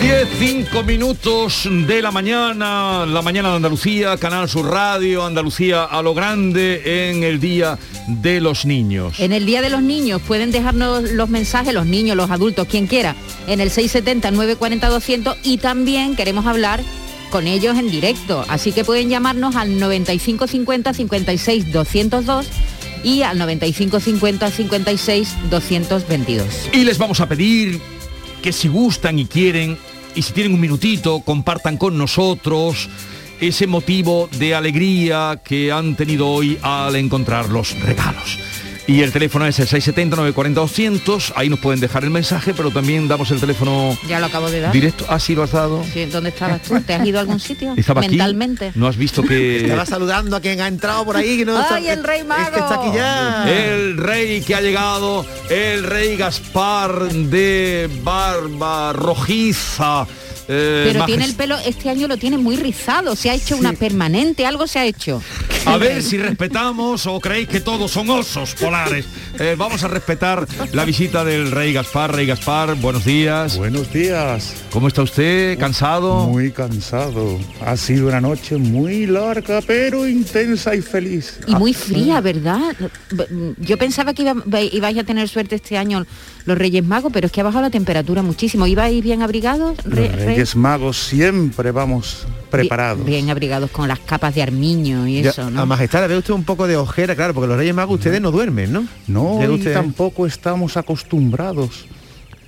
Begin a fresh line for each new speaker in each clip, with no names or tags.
Diez, cinco minutos de la mañana, la mañana de Andalucía, Canal Sur Radio, Andalucía a lo grande en el Día de los Niños.
En el Día de los Niños pueden dejarnos los mensajes, los niños, los adultos, quien quiera, en el 670-940-200 y también queremos hablar con ellos en directo. Así que pueden llamarnos al 9550-56-202 y al 9550-56-222.
Y les vamos a pedir que si gustan y quieren, y si tienen un minutito, compartan con nosotros ese motivo de alegría que han tenido hoy al encontrar los regalos. Y el teléfono es el 670-940-200, ahí nos pueden dejar el mensaje, pero también damos el teléfono
Ya lo acabo de dar.
directo. Así lo has dado.
Sí, ¿Dónde estabas tú? ¿Te has ido a algún sitio?
Estaba aquí. Eh,
Mentalmente.
No has visto que
Estaba saludando a quien ha entrado por ahí. Que no
¡Ay, el rey mago!
Es que está aquí ya.
el rey que ha llegado, el rey Gaspar de barba rojiza. eh,
Pero tiene
majest-
el pelo, este año lo tiene muy rizado, se ha hecho una permanente, algo se ha hecho.
A ver si respetamos o creéis que todos son osos polares. Eh, vamos a respetar la visita del rey Gaspar. Rey Gaspar, buenos días.
Buenos días.
¿Cómo está usted? ¿Cansado?
Muy cansado. Ha sido una noche muy larga, pero intensa y feliz.
Y muy fría, ¿verdad? B- Yo pensaba que iba- ibais a tener suerte este año los Reyes Magos, pero es que ha bajado la temperatura muchísimo. ¿Ibais bien abrigados? re-
Los
rey?
Reyes Magos siempre vamos preparados.
Bien, bien abrigados con las capas de armiño y
Ya,
eso, ¿no?
A majestad le veo usted un poco de ojera, claro, porque los Reyes Magos ustedes no duermen, ¿no?
No,
Le ve
y
usted, ¿eh?
tampoco estamos acostumbrados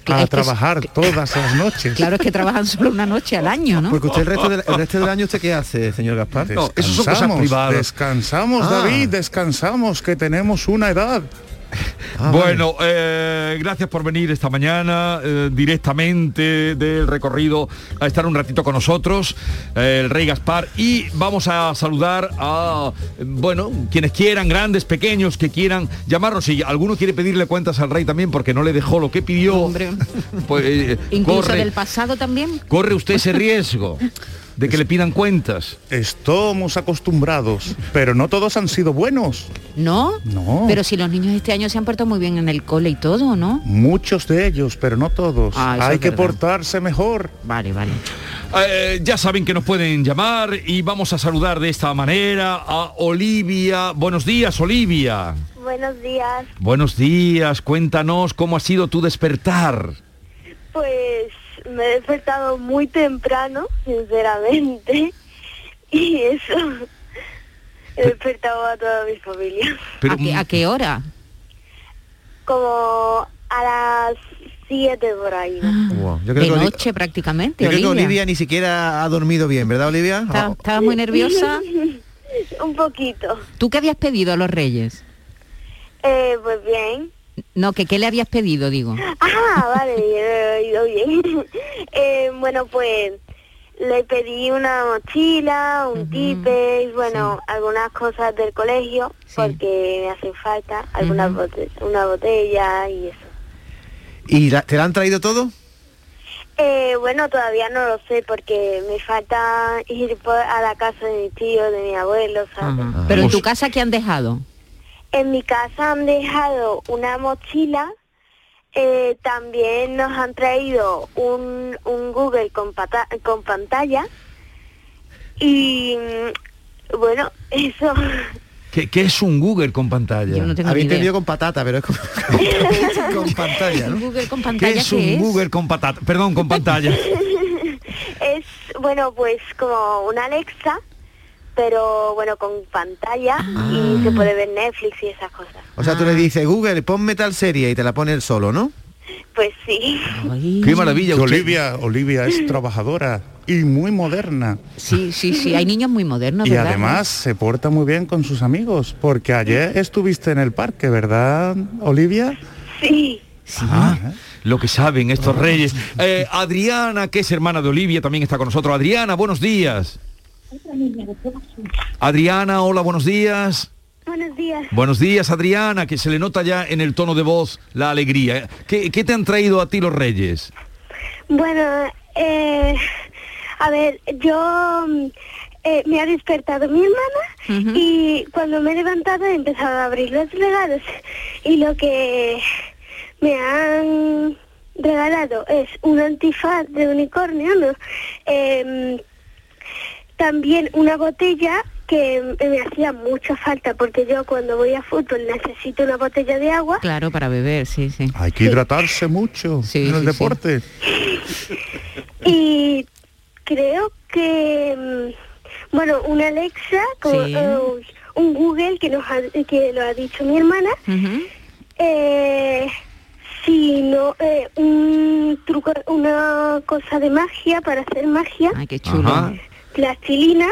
Cla- es
a
que es-
trabajar todas las noches.
Claro, es que trabajan solo una noche al año, ¿no?
Porque usted el resto, del, el resto del año, ¿usted qué hace, señor Gaspar?
No, eso son cosas
Descansamos,
privadas.
Descansamos,
Ah.
David, descansamos, que tenemos una edad.
Ah, vale.
bueno, eh, gracias por venir esta mañana eh, directamente del recorrido a estar un ratito con nosotros, eh, el rey Gaspar, y vamos a saludar a, eh, bueno, quienes quieran, grandes, pequeños, que quieran llamarnos. Si alguno quiere pedirle cuentas al rey también porque no le dejó lo que pidió,
Hombre.
pues eh,
Incluso
corre,
del pasado también.
corre usted ese riesgo de que le pidan cuentas.
Estamos acostumbrados, pero no todos han sido buenos.
¿No?
No.
Pero si los niños este año se han portado muy bien en el cole y todo, ¿no?
Muchos de ellos, pero no todos.
Ah, eso
Hay
es
que
verdad.
portarse mejor.
Vale, vale.
Eh, ya saben que nos pueden llamar y vamos a saludar de esta manera a Olivia. Buenos días, Olivia.
Buenos días.
Buenos días, cuéntanos cómo ha sido tu despertar.
Pues me he despertado muy temprano, sinceramente. Y eso. He despertado a toda mi familia.
Pero,
¿A, qué, a qué hora?
Como a las 7 por ahí. ¿no?
Wow, Yo
De
creo, que Oli-
noche prácticamente,
yo creo que
Olivia.
Olivia ni siquiera ha dormido bien, ¿verdad, Olivia? Ah.
Está- ¿Estabas muy nerviosa?
Un poquito.
¿Tú qué habías pedido a los reyes?
Eh, pues bien.
No, que qué le habías pedido, digo.
Ah, vale, yo he oído bien. Eh, bueno, pues le pedí una mochila, un
Ujú,
tipe, bueno, algunas cosas del colegio,
Sí.
porque me hacen falta, algunas
Ujú.
bote- una botella y eso.
¿Y la- te la han traído todo?
Eh, bueno, todavía no lo sé, porque me falta ir por- a la casa de mi tío, de mi abuelo, ¿sabes?
Ajá. Pero en tu
Pues-
casa, ¿qué han dejado?
En mi casa han dejado una mochila, eh, también nos han traído un, un Google con, pata- con pantalla y mm, bueno, eso,
¿qué, qué es un Google con pantalla?
Yo no tengo
Había
ni idea.
entendido con patata, pero es con, con- con pantalla, ¿no?
Google con
¿Qué
pantalla,
es un Google con patata? Perdón, con pantalla.
es Bueno, pues como una Alexa, pero bueno, con pantalla y se puede ver Netflix y esas cosas.
O sea, tú
Ah.
le dices, Google, ponme tal serie y te la pone él solo, ¿no?
Pues sí.
Qué maravilla.
Que
usted-
Olivia, Olivia es trabajadora y muy moderna.
Sí, sí, sí. Hay niños muy modernos,
Y
Ah, ¿verdad?
además se porta muy bien con sus amigos, porque ayer estuviste en el parque, ¿verdad, Olivia?
Sí.
Ah, lo que saben estos reyes. Eh, Adriana, que es hermana de Olivia, también está con nosotros. Adriana, buenos días. Adriana, hola, buenos días.
Buenos días.
Buenos días, Adriana, que se le nota ya en el tono de voz la alegría. ¿Qué, qué te han traído a ti los reyes?
Bueno, eh, a ver, yo mm, eh, me ha despertado mi hermana y cuando me he levantado he empezado a abrir los regalos y lo que me han regalado es un antifaz de unicornio, ¿no? Em, también una botella que me hacía mucha falta porque yo cuando voy a fútbol necesito una botella de agua
Claro, para beber, sí, sí.
Hay que hidratarse mucho
Sí,
en el
sí, sí.
deporte.
Y creo que, mm, bueno, una Alexa, como,
Sí.
eh, un Google que, nos ha- que lo ha dicho mi hermana,
Ujú.
eh, si no, eh, un truco, una cosa de magia para hacer magia,
Ay, qué chulo.
Ajá.
Ajá.
plastilina,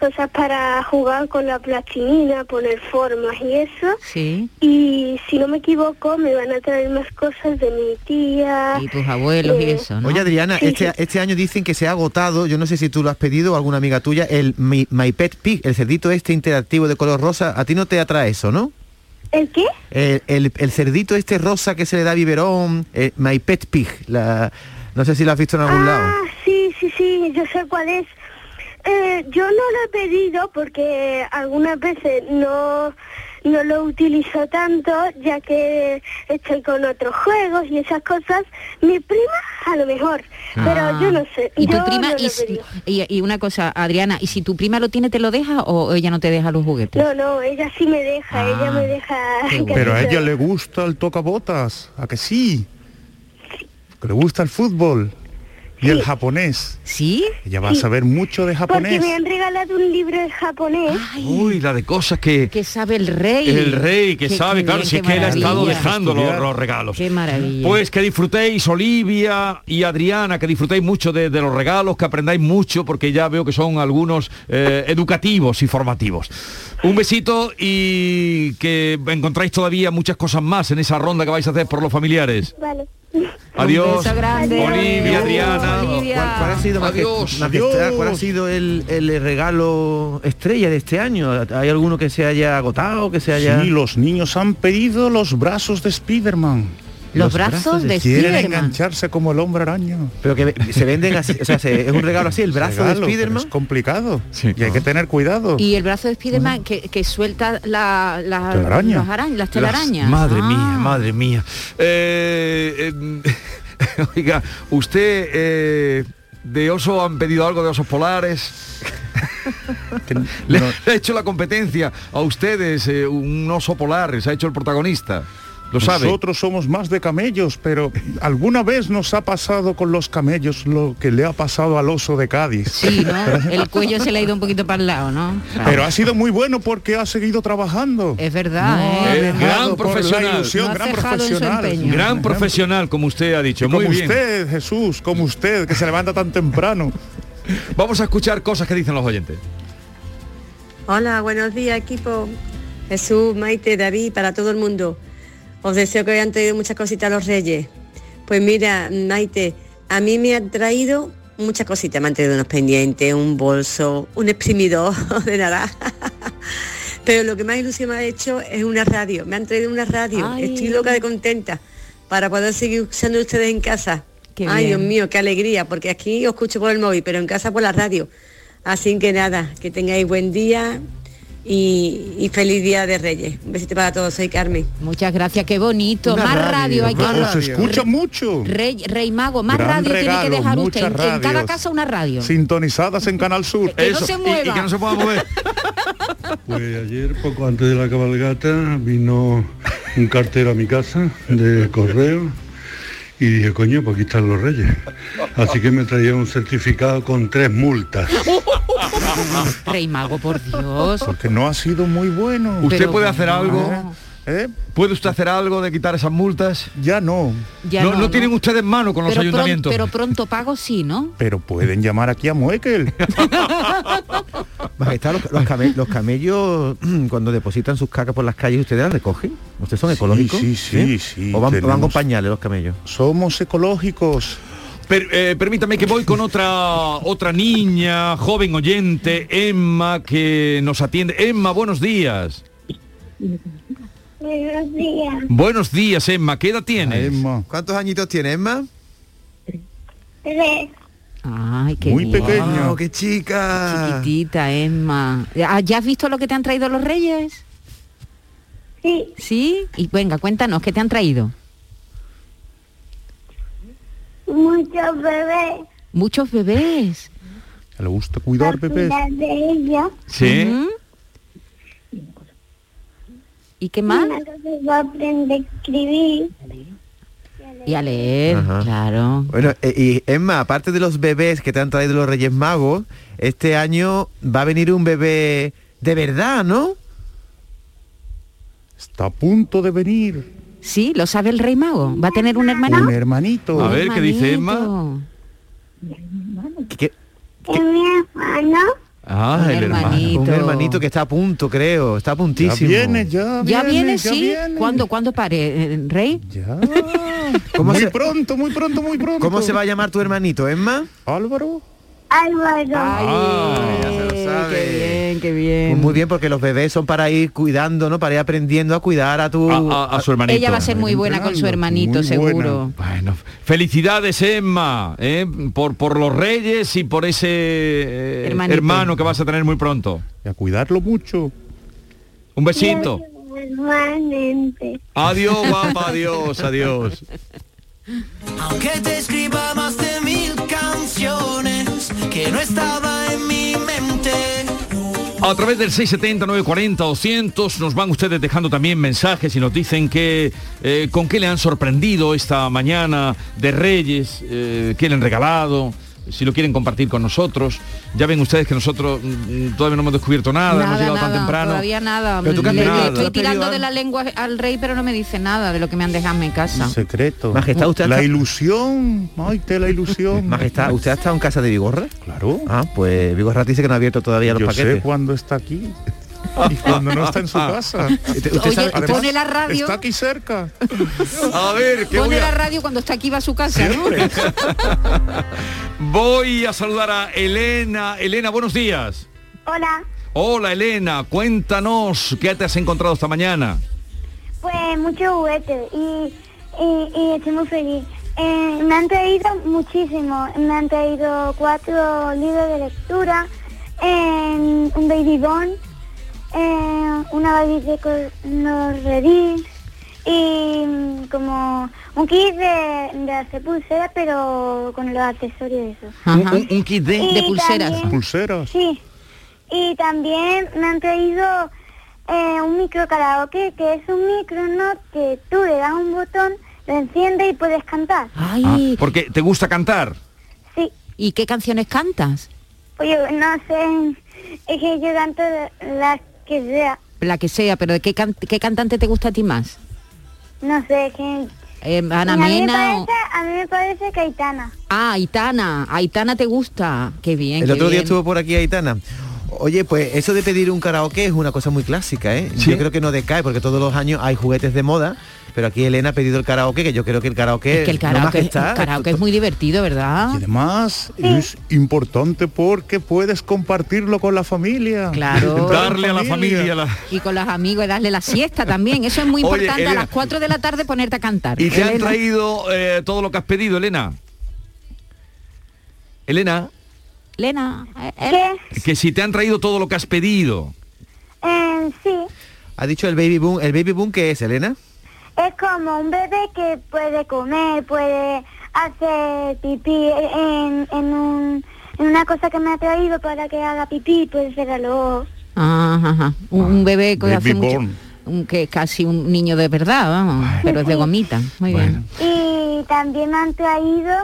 cosas para jugar con la plastilina, poner formas y eso.
Sí.
Y si no me equivoco, me van a traer más cosas de mi tía.
Y tus abuelos y
Eh,
eso, ¿no?
Oye, Adriana,
Sí,
este,
sí.
este año dicen que se ha agotado, yo no sé si tú lo has pedido o alguna amiga tuya, el My, My Pet Pig, el cerdito este interactivo de color rosa, a ti no te atrae eso, ¿no?
¿El qué?
El, el- el cerdito este rosa que se le da biberón, eh, My Pet Pig, la- no sé si lo has visto en algún
Ah,
lado.
sí, sí, sí, yo sé cuál es. Eh, yo no lo he pedido porque algunas veces no, no lo utilizo tanto, ya que estoy con otros juegos y esas cosas. Mi prima, a lo mejor,
Ah.
pero yo no sé.
Y tu
yo
prima,
no lo
y,
he
si-
pedido.
y- y una cosa, Adriana, ¿y si tu prima lo tiene, te lo deja o ella no te deja los juguetes?
No, no, ella sí me deja,
Ah,
ella me deja...
qué bueno.
Pero a
casi
ella
todo.
le gusta el tocabotas, ¿a que sí? Que le gusta el fútbol y el japonés.
¿Sí?
Ella va a saber mucho de
Porque
japonés.
me han regalado un libro de japonés.
Uy, la de cosas que...
Que sabe el rey.
El rey que
Qué-
sabe,
qué
claro,
bien,
si es
qué
que él ha estado
maravilla.
dejando los,
Estudiar.
los regalos.
Qué maravilla.
Pues que disfrutéis, Olivia y Adriana, que disfrutéis mucho de, de los regalos, que aprendáis mucho, porque ya veo que son algunos eh, educativos y formativos. Un besito y que encontráis todavía muchas cosas más en esa ronda que vais a hacer por los familiares.
Vale.
Adiós.
beso grande.
Olivia,
Adiós,
Ah,
Adriana.
Olivia.
¿Cuál, cuál ha sido, majest-
Adiós.
majestad,
Adiós.
este, ah, cuál ha sido el, el regalo estrella de este año? ¿Hay alguno que se haya agotado, que se haya...?
Sí, los niños han pedido los brazos de Spiderman.
Los, brazos, de
Quieren
Spiderman.
engancharse como el hombre araña.
Pero que ve- se venden así, o sea, se- es un regalo así, el brazo
Regalo,
de
pero
Spiderman.
Es complicado.
Sí,
y hay que tener cuidado.
Y el brazo de Spiderman que, que suelta la, la-
Telaraña.
las, arañ- las telarañas.
Las- madre mía,
Ah.
madre mía. Eh, eh, oiga, usted eh, de oso han pedido algo de osos polares.
Que no-
Le, le ha hecho la competencia a ustedes eh, un oso polar, se ha hecho el protagonista. Lo sabe.
Nosotros somos más de camellos, pero alguna vez nos ha pasado con los camellos lo que le ha pasado al oso de Cádiz.
Sí, ¿no? Ah, El cuello se le ha ido un poquito para el lado, ¿no?
Pero ha sido muy bueno porque ha seguido trabajando.
Es verdad,
No,
¿eh?
Eh,
dejado
gran
por la
profesional.
ilusión,
No ha
gran
cejado en su
profesional.
empeño.
Gran profesional, como usted ha dicho.
Como
Muy bien.
usted, Jesús, como usted, que se levanta tan temprano.
Vamos a escuchar cosas que dicen los oyentes.
Hola, buenos días equipo. Jesús, Maite, David, para todo el mundo. Os deseo que hayan traído muchas cositas a los reyes. Pues mira, Maite, a mí me han traído muchas cositas. Me han traído unos pendientes, un bolso, un exprimidor de naranja. Pero lo que más ilusión me ha hecho es una radio. Me han traído una radio.
Ay.
Estoy loca de contenta para poder seguir usando ustedes en casa.
Qué
Ay,
bien.
Dios mío, qué alegría, porque aquí os escucho por el móvil, pero en casa por la radio. Así que nada, que tengáis buen día y, y feliz día de Reyes. Un besito para todos, soy Carmen.
Muchas gracias, qué bonito.
Una
más radio,
radio,
hay que
más
Os
radio.
escucha mucho.
Rey, Rey Mago, más
Gran
radio tiene
regalo,
que dejar usted.
muchas
En, en cada
radios.
casa una radio.
Sintonizadas en Canal Sur.
Que no se
y- Y,
mueva.
que no se pueda mover.
Pues ayer, poco antes de la cabalgata, vino un cartero a mi casa de correo
Y dije, coño, pues aquí están los reyes. Así que me trajeron un certificado con tres multas.
Rey Mago, por Dios.
Porque no ha sido muy bueno.
¿Usted
Pero
puede hacer
bueno.
algo?
¿Eh?
¿Puede usted hacer algo de quitar esas multas?
Ya no.
Ya
no, no tienen ustedes mano con los
Pero pron-
ayuntamientos.
pero pronto pago sí, ¿no?
Pero pueden llamar aquí a Muekel.
Majestad, los, los came- los camellos cuando depositan sus cacas por las calles, ¿ustedes las recogen? ¿Ustedes son ecológicos?
sí, sí, sí,
¿O van, o van con
tenemos-
pañales los camellos?
Somos ecológicos.
Per- eh, permítame que voy con otra otra niña, joven oyente, Emma, que nos atiende. Emma, buenos días.
Buenos días,
Buenos días, Emma. ¿Qué edad tienes?
Emma.
¿Cuántos añitos tiene Emma?
tres.
Ay, qué
Muy
bien.
pequeño.
¡Wow, qué chica!
Chiquitita, Emma. Ah, ¿Ya has visto lo que te han traído los reyes?
Sí,
Sí. Y venga, cuéntanos, ¿qué te han traído?
muchos bebés.
Muchos bebés.
¿Le gusta cuidar bebés?
cuidar de ella.
Sí.
Ujú. ¿Y qué más?
Entonces va a aprender a escribir.
Y a leer,
Ajá.
claro.
Bueno, eh, y Emma, aparte de los bebés que te han traído los Reyes Magos, este año va a venir un bebé de verdad, ¿no?
Está a punto de venir.
Sí, lo sabe el rey mago. ¿Va a tener un hermano?
Un hermanito.
A ver, ¿qué dice Emma?
Hermanito.
Que- que-
Es mi hermano.
Ah,
Un
el hermano.
hermanito.
un hermanito que está a punto, creo, está a
Ya
puntísimo.
viene, ya viene.
Ya viene,
ya
sí.
viene.
¿Cuándo, cuándo pare, eh, rey?
Ya.
¿Cómo
muy
se-
pronto, muy pronto, muy pronto.
¿Cómo se va a llamar tu hermanito, Emma?
Álvaro.
Álvaro.
Ay,
ya se lo sabe.
qué bien, qué bien.
Pues muy bien, porque los bebés son para ir cuidando, ¿no? Para ir aprendiendo a cuidar a tu...
A, a- a su hermanito.
Ella va a ser muy buena con su hermanito,
Muy
seguro.
Bueno, felicidades Emma, ¿eh? por, por los reyes y por ese eh,
Hermanito.
hermano que vas a tener muy pronto.
Y a cuidarlo mucho.
Un besito.
Permanente.
Adiós, guapa, adiós, adiós.
Aunque te escriba más de mil canciones que no estaba en mi mente.
A través del 670, 940, 200 nos van ustedes dejando también mensajes y nos dicen que eh, con qué le han sorprendido esta mañana de Reyes, eh, qué le han regalado, si lo quieren compartir con nosotros. Ya ven ustedes que nosotros mm, todavía no hemos descubierto nada, hemos llegado tan temprano.
todavía nada.
Pero tú que
Le-
has
le
pedido- tú
estoy
has pedido
tirando
algo.
de la lengua al rey, pero no me dice nada de lo que me han dejado en mi casa.
Un secreto.
Majestad, usted
La
está-
ilusión. Maite, la ilusión.
Majestad, ¿usted ha estado en casa de Vigorra?
Claro.
Ah, pues Vigorra dice que no ha abierto todavía los
Yo sé
paquetes.
cuándo está aquí. Y
pues,
cuando no está en su casa.
Usted- usted
Oye,
sabe-
pone
Además,
la radio.
Está aquí cerca.
A ver, que voy
Pone la
a,
radio cuando está aquí va a su casa, ¿no?
voy a saludar a Elena. Elena, buenos días.
Hola.
Hola Elena, cuéntanos qué te has encontrado esta mañana.
Pues muchos juguetes y, y, y estoy muy feliz. Eh, me han traído muchísimo. Me han traído cuatro libros de lectura, eh, un baby bond, eh, una baby de color y mm, como un kit de, de hacer pulseras pero con los accesorios y eso.
Ajá.
Un, un kit de...
Y
de pulseras.
también-
Pulseras.
Sí. Y también me han traído eh, un micro karaoke, que es un micro, ¿no? Que tú le das un botón, lo enciendes y puedes cantar.
Ay,
Ah, porque te gusta cantar.
Sí.
¿y qué canciones cantas?
Oye, no sé, es que yo canto las que sea.
La que sea, pero ¿de qué, can- qué cantante te gusta a ti más?
No sé, es que...
Eh, Ana
a, mí me
Mena. o-
parece, a mí me parece Caitana.
Ah, Aitana. Aitana te gusta. Qué bien.
El
qué
otro día
bien.
estuvo por aquí Aitana. Oye, pues eso de pedir un karaoke es una cosa muy clásica, ¿eh?
Sí.
Yo creo que no decae porque todos los años hay juguetes de moda, pero aquí Elena ha pedido el karaoke, que yo creo que el karaoke
Es que el
no,
karaoke, el
majestad,
karaoke es muy divertido, ¿verdad?
Y además es importante porque puedes compartirlo con la familia.
Claro.
Entrar en
Darle a la familia la...
Y con los amigos, darle la siesta también. Eso es muy
Oye,
importante. a
Elena.
las 4 de la tarde ponerte a cantar.
Y te han
Elena.
traído eh, todo lo que has pedido, Elena. Elena,
Elena, eh, eh,
¿Qué?
que si te han traído todo lo que has pedido.
Eh, sí,
Ha dicho el baby boom. ¿El baby boom qué es, Elena?
es como un bebé que puede comer, puede hacer pipí en, en, un, en una cosa que me ha
pues
traído para que haga pipí, puede cerrar los ojos.
Ah,
Ajá, ajá. Un, un bebé que
Baby
hace mucho,
born.
un- que es casi un niño de verdad, vamos, pero es de gomita. Muy bien.
Y también me han traído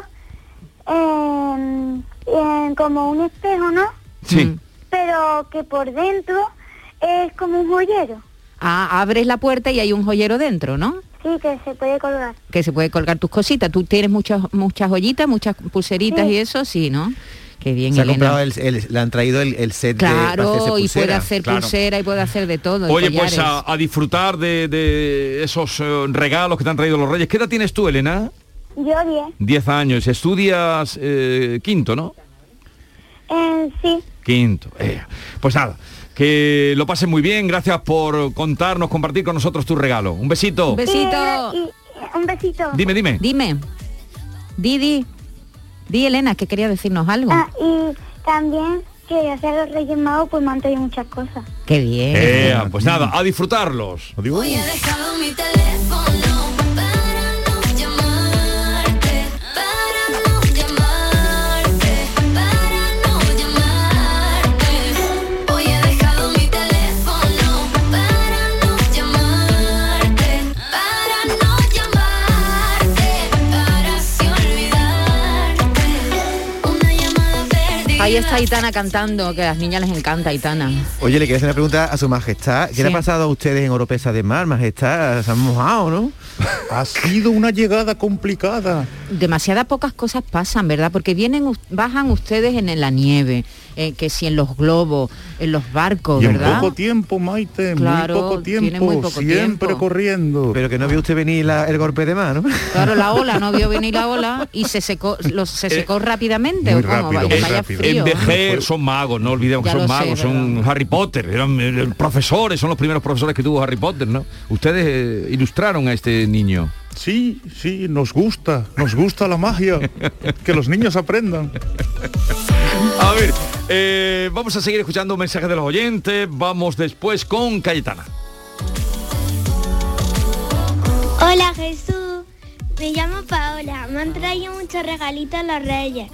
em, em, como un espejo, ¿no?
Mm.
Sí.
Pero que por dentro es como un joyero.
Ah, abres la puerta y hay un joyero dentro, ¿no?
Sí, que se puede colgar.
Que se puede colgar tus cositas. Tú tienes muchas muchas joyitas, muchas pulseritas
Sí.
y eso, sí, ¿no? Qué bien,
Se ha
Elena.
comprado el, el- le han traído el, el set de para hacerse
Claro, y puede
pulsera.
hacer
claro.
pulsera y puede hacer de todo. y
Oye, pues
collares.
a, a disfrutar de, de esos eh, regalos que te han traído los reyes. ¿Qué edad tienes tú, Elena?
Yo 10.
Diez años. Estudias eh, quinto, ¿no?
Em, sí,
Quinto. eh. Pues nada, que lo pases muy bien. Gracias por contarnos, compartir con nosotros tu regalo. Un besito.
Un besito.
un besito.
oh. Dime, dime.
Dime. Didi. Di Elena, que quería decirnos algo.
Ah, y también que gracias a los Reyes Magos pues me han traído muchas cosas.
Qué bien.
Eh, pues nada, a disfrutarlos.
dejado mi teléfono para no llamarte, para no llamarte, para no llamarte. Hoy he dejado mi teléfono para no llamarte, para no llamarte, para así olvidarte. Una llamada perdida.
Ahí está Itana cantando, que a las niñas les encanta Itana.
Oye, le quería hacer una pregunta a su majestad. ¿Qué le ha
Sí.
pasado a ustedes en Oropesa de Mar, majestad? Se han mojado, ¿no?
Ha sido una llegada complicada.
Demasiadas pocas cosas pasan, ¿verdad? Porque vienen, us- bajan ustedes en, en la nieve, eh, que si en los globos, en los barcos,
Y en
¿verdad?
poco tiempo, Maite,
Claro,
muy poco
tiene
tiempo,
muy poco
siempre
tiempo.
corriendo.
Pero que no vio usted venir la- el golpe de mar, ¿no?
Claro, la ola, no vio venir la ola y se secó, los- se secó rápidamente.
muy
¿o cómo?
rápido,
vaya
muy
vaya
rápido.
frío.
En
¿eh?
DG son magos, no olvidemos que
Ya
son
lo sé,
magos, son Harry Potter, eran eh, profesores, son los primeros profesores que tuvo Harry Potter, ¿no? Ustedes eh, ilustraron a este niño.
Sí, sí, nos gusta, nos gusta la magia, que los niños aprendan.
A ver, eh, vamos a seguir escuchando mensajes de los oyentes, vamos después con Cayetana.
Hola Jesús, me llamo Paola. Me han traído muchos regalitos los reyes.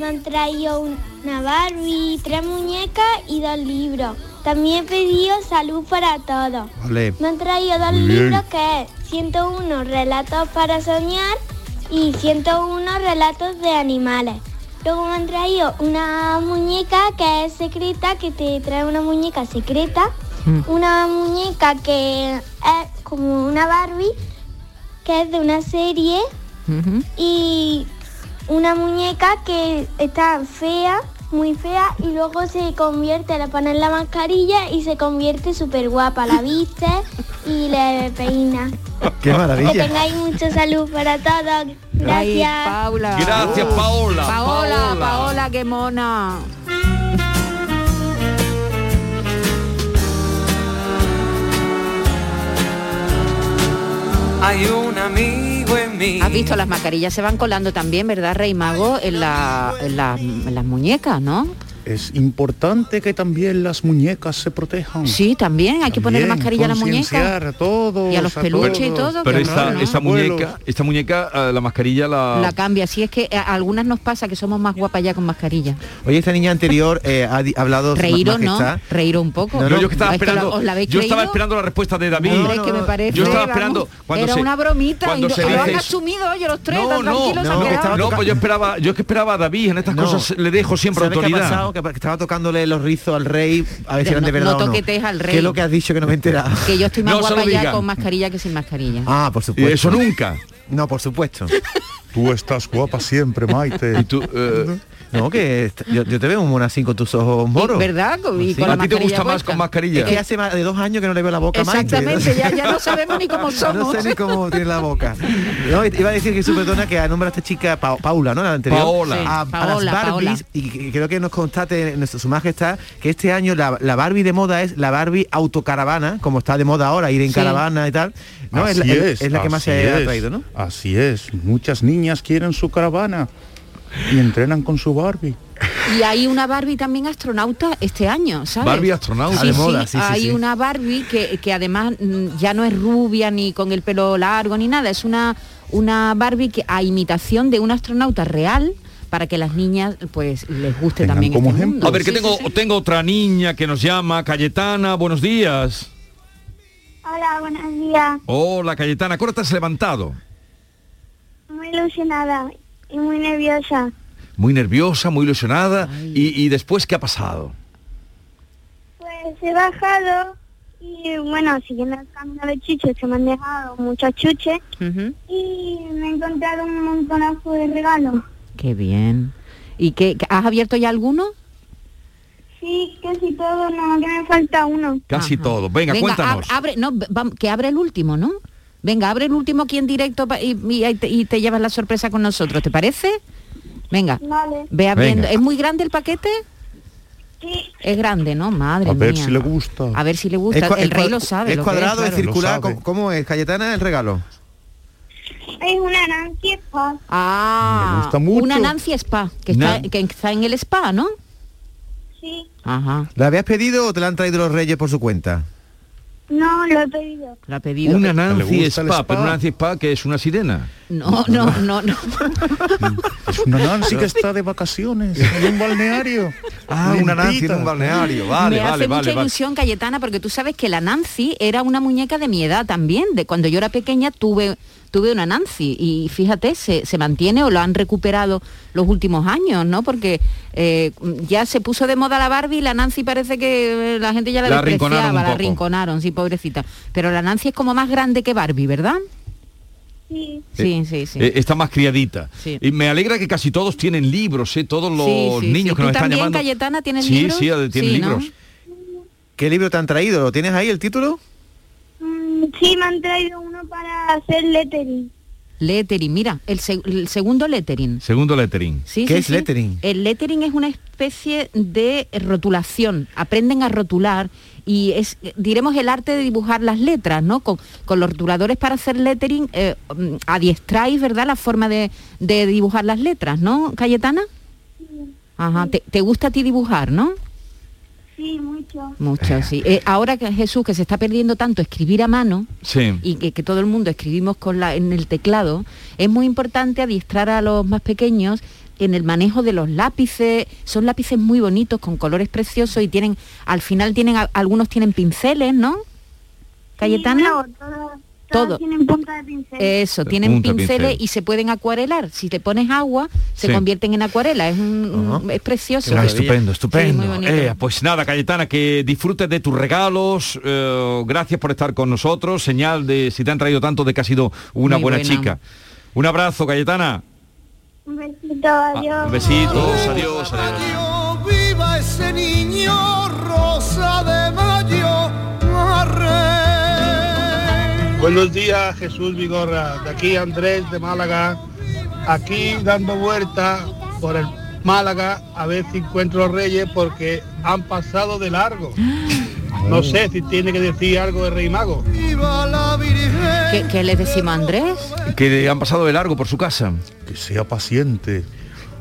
Me han traído un- una Barbie, tres muñecas y dos libros. También he pedido salud para todos.
Ole.
Me han traído dos
Muy bien.
libros que es 101 relatos para soñar y 101 relatos de animales. Luego me han traído una muñeca que es secreta, que te trae una muñeca secreta. Una muñeca que es como una Barbie, que es de una serie.
Ujú.
Y una muñeca que está fea, muy fea, y luego se convierte, le ponen la mascarilla y se convierte súper guapa. La viste y le peina.
¡Qué
Que
maravilla!
tengáis mucha salud para todos.
Ay,
Gracias.
Paula.
Gracias, Paola.
Paola, Paola, qué mona.
Hay un amigo en mí.
Has visto, las mascarillas se van colando también, ¿verdad, Rey Mago? En, la- en la- en las muñecas, ¿no?
Es importante que también las muñecas se protejan.
Sí, también. Hay que poner
También,
mascarilla a las muñecas.
concienciar a todos,
Y a los
a
peluches y
todos.
todo.
Pero
qué
esta,
horror, ¿no?
esta muñeca, esta muñeca, eh, la mascarilla la...
La cambia. Sí, es que eh, a a algunas nos pasa que somos más guapas ya con mascarilla.
Oye, esta niña anterior eh, ha, di- hablado su ma-
Reíros, ¿no?
majestad.
Reíros un poco.
No, no,
yo que estaba
Es que la-
esperando,
¿Os la habéis
yo estaba
creído?
esperando la respuesta de David.
Hombre, que me parece,
yo estaba
vamos,
esperando cuando
era
se-
una bromita
cuando
y lo,
se
lo han
dice-
asumido oye los tres
No,
tan
no,
tranquilos se han
no,
que
quedado.
estaba
no,
toca-
pues yo esperaba, yo es que esperaba a David, en estas
No.
cosas le dejo siempre
¿Sabes qué ha
autoridad.
pasado? Que pa- que estaba tocándole los rizos al rey, a ver si
Pero
eran de
no-
verdad
no
o no.
toquetees al rey.
¿Qué es lo que has dicho que no me he enterado?
que yo estoy más
No se lo
guapa ya
digan.
con mascarilla que sin mascarilla.
Ah, por
Y
supuesto.
eso nunca.
No, por supuesto.
Tú estás guapa siempre, Maite.
Y tú, eh,
No, que est- yo, yo te veo un monasín con tus ojos moros.
¿Verdad? Y
Sí.
con la
¿A ti te
mascarilla
gusta más
puesta.
con
Es
mascarilla?
que hace más de dos años que no le veo la boca más.
Exactamente, ya, ya no sabemos ni cómo
No
somos.
sé ni cómo tiene la boca. No, iba a decir que su perdona que ha nombrado a esta chica Pa- Paula, ¿no? La anterior.
Paola.
A, a
Paola,
las Barbies.
Paola.
Y que- creo que nos constate nuestra- su majestad que este año la, la Barbie de moda es la Barbie autocaravana, como está de moda ahora, ir en
Sí.
caravana y tal. ¿no?
Así
la, es la que más
así
se ha
es,
traído, ¿no?
Así es. Muchas niñas quieren su caravana y entrenan con su Barbie.
Y hay una Barbie también astronauta este año, ¿sabes?
Barbie astronauta.
Sí,
De
sí,
moda, sí, sí,
hay
sí.
una Barbie que, que además mm, ya no es rubia ni con el pelo largo ni nada, es una, una Barbie que a imitación de un astronauta real para que las niñas pues les guste
Tengan
también
como
este
ejemplo.
mundo.
A ver, que
Sí,
tengo,
sí, sí.
tengo otra niña que nos llama, Cayetana, buenos días.
Hola, buenos días.
Hola, Cayetana, ¿cómo te has levantado?
Muy ilusionada y muy nerviosa.
Muy nerviosa, muy ilusionada. Y, y después qué ha pasado?
Pues he bajado y bueno, siguiendo el camino de chuches que me han dejado muchos chuches y me he encontrado un montonazo de regalos.
Qué bien. ¿Y qué, qué- has abierto ya alguno?
Sí, casi todo, no, que me falta uno.
Casi todo. Venga, cuéntanos.
ab- abre, no, vam- que abre el último, ¿no? Venga, abre el último aquí en directo pa- y, y ahí te, y te llevas la sorpresa con nosotros, ¿te parece? Venga,
Vale.
ve abriendo.
Venga.
¿Es muy grande el paquete?
Sí.
Es grande, ¿no? Madre
A ver
mía.
si le gusta.
A ver si le gusta.
cua-
el rey
cua-
lo sabe.
Es
lo que
cuadrado, es
claro.
circular. ¿cómo, cómo es, Cayetana, el regalo?
Es una Nancy Spa.
Ah,
Me gusta mucho.
una Nancy Spa, que está,
Nan-
que está en el spa, ¿no?
Sí.
Ajá.
¿La habías pedido o te la han traído los reyes por su cuenta?
No, lo he pedido.
La ha pedido.
Una
¿Le
Nancy
gusta
Spa,
el spa?
pero una Nancy Spa que es una sirena.
No, no, no, no.
Es una Nancy que está de vacaciones en un balneario.
Ah, una Nancy en
Bendita.
un balneario. Vale,
Me
vale,
hace
vale.
mucha
vale.
ilusión, Cayetana, porque tú sabes que la Nancy era una muñeca de mi edad también. De cuando yo era pequeña tuve tuve una Nancy y fíjate, se, se mantiene o lo han recuperado los últimos años, ¿no? Porque eh, ya se puso de moda la Barbie y la Nancy parece que eh, la gente ya la,
La
despreciaba,
arrinconaron un
la
poco.
arrinconaron, sí, pobrecita. Pero la Nancy es como más grande que Barbie, ¿verdad?
Sí.
Sí, sí, sí.
Eh, está más criadita.
Sí.
Y me alegra que casi todos tienen libros, ¿eh? todos los
Sí, sí,
niños
sí. ¿Tú
que nos están
también,
llamando.
Cayetana, tienes
sí,
libros?
Sí, sí, tiene
Sí, ¿no?
libros.
¿Qué libro te han traído? ¿Lo tienes ahí el título?
Mm, sí, me han traído uno para hacer lettering.
Lettering, mira, el, seg- el segundo lettering.
Segundo lettering.
Sí,
¿Qué
sí,
es
sí.
lettering?
El lettering es una especie de rotulación. Aprenden a rotular y es, diremos, el arte de dibujar las letras, ¿no? Con, con los rotuladores para hacer lettering eh, mm, adiestráis, ¿verdad?, la forma de, de dibujar las letras, ¿no, Cayetana? Ajá, te, te gusta a ti dibujar, ¿no?
Sí, mucho.
Mucho, sí. Eh, ahora que Jesús, que se está perdiendo tanto escribir a mano,
Sí.
y que, que todo el mundo escribimos con la, en el teclado, es muy importante adiestrar a los más pequeños en el manejo de los lápices. Son lápices muy bonitos, con colores preciosos y tienen, al final tienen, a- algunos tienen pinceles, ¿no?
Sí,
Cayetana.
no, todos, todos
Todo.
tienen punta de pincel.
Eso, tienen
Punta,
pinceles
pincel.
y se pueden acuarelar. Si te pones agua, se
Sí.
convierten en acuarela. Es, un- un- es precioso.
Ah, estupendo, estupendo.
Sí, muy bonito.
Eh, pues nada, Cayetana, que disfrutes de tus regalos. eh, gracias por estar con nosotros. Señal de si te han traído tanto de que has sido una
Muy
buena,
buena.
chica. Un abrazo, Cayetana.
Un besito, adiós.
Besitos, adiós, adiós.
viva ese niño rosa de mayo Buenos días, Jesús Vigorra. De aquí Andrés de Málaga. Aquí dando vuelta por el Málaga a ver si encuentro reyes porque han pasado de largo. No sé si tiene que decir algo de Rey Mago.
¿Qué, qué les decimos a Andrés?
Que han pasado de largo por su casa.
Que sea paciente.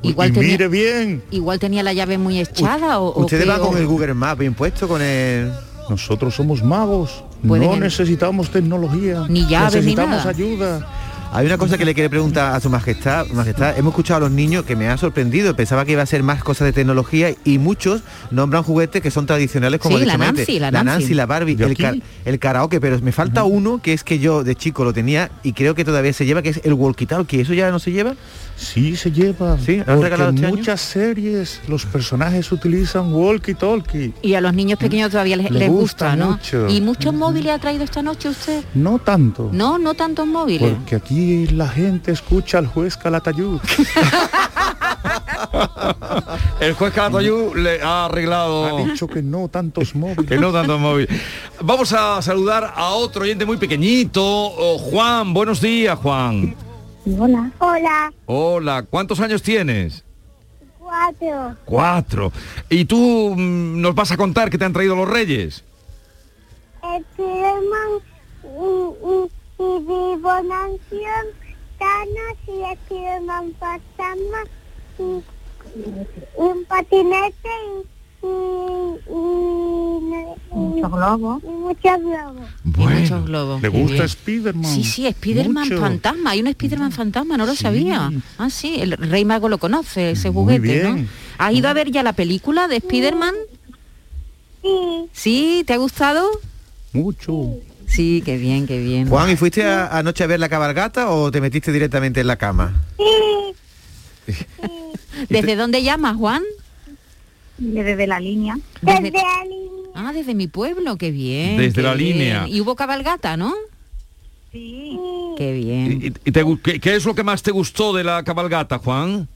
Igual
y
tenía-
mire bien.
Igual tenía la llave muy echada o... o
Ustedes
qué,
van
o-
con el Google Maps bien puesto, con el...
Nosotros somos magos.
Pueden
No
en-
necesitamos tecnología.
Ni llaves, ni
Necesitamos
nada.
ayuda.
Hay una cosa que le quiere preguntar a su majestad. Majestad, hemos escuchado a los niños que me ha sorprendido. Pensaba que iba a ser más cosas de tecnología y muchos nombran juguetes que son tradicionales como
Sí,
el
la
chamante,
Nancy, la Nancy.
la Barbie,
¿De
el,
aquí?
ca- el karaoke. Pero me falta uno que es que yo de chico lo tenía y creo que todavía se lleva, que es el walkie talkie. ¿Eso ya no se lleva?
Sí, se lleva.
Sí, ¿han
porque
regalado
en
este año?
muchas series los personajes utilizan walkie-talkie.
Y a los niños pequeños todavía les,
Le
les
Mm.
gusta,
gusta
¿no?
mucho.
¿Y muchos móviles ha traído esta noche usted?
No tanto.
No, no tantos móviles.
Porque aquí la gente escucha al juez Calatayud.
El juez Calatayú le ha
ha
arreglado
dicho que no tantos móviles.
que no tanto móvil. Vamos a saludar a otro oyente muy pequeñito, oh, Juan. Buenos días, Juan.
Hola. Hola,
Hola, ¿cuántos años tienes?
cuatro.
Cuatro. ¿Y tú mm, nos vas a contar que te han traído los reyes?
Este Spiderman y, y, y Vivo Nación, Thanos y Spiderman Fantasma y, y un patinete y, y, muchos globos. Y muchos globos.
Y muchos globos.
Le
Qué
gusta
bien.
Spiderman.
Sí, sí, Spiderman
Mucho. Mm.
fantasma. Hay un Spiderman fantasma, no lo
Sí.
sabía. Ah, sí, el Rey Mago lo conoce, ese juguete, ¿no?
bien.
¿Has ido a ver ya la película de Spiderman?
Sí,
Sí, ¿te ha gustado?
Mucho.
Sí, qué bien, qué bien.
Juan, ¿y fuiste a- anoche a ver la cabalgata o te metiste directamente en la cama?
¿Desde dónde llamas, Juan?
Desde la línea.
Desde la línea. Ah, desde mi pueblo, qué bien.
Desde
qué
la
bien.
línea.
Y hubo cabalgata, ¿no? Qué bien.
¿Y, y te gu- qué, qué es lo que más te gustó de la cabalgata, Juan?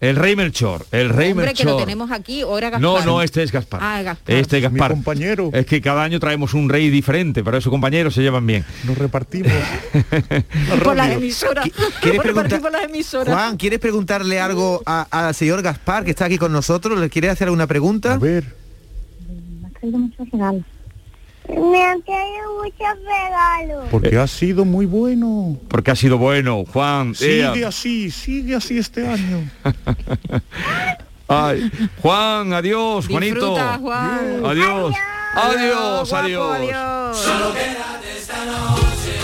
El rey Melchor, el rey
Hombre, que lo
Melchor.
tenemos aquí, ahora Gaspar.
No, no, este es Gaspar.
Ah, Gaspar.
Este es Gaspar. compañero. Es que cada año traemos un rey diferente, pero esos compañeros se llevan bien.
Nos repartimos.
Por las emisoras.
¿Quieres
Por
preguntar-
partir por las emisoras.
Juan, ¿quieres preguntarle algo a- al señor Gaspar que está aquí con nosotros? ¿Le quieres hacer alguna pregunta? A ver.
Me ha traído muchos regalos.
Me han traído muchos regalos.
Porque ha sido muy bueno.
Porque ha sido bueno, Juan. ea.
Sigue así, sigue así este año.
Ay, Juan, adiós, Pues, Juanito.
Disfruta, Juan.
Adiós. Adiós, adiós.
Solo quédate esta noche,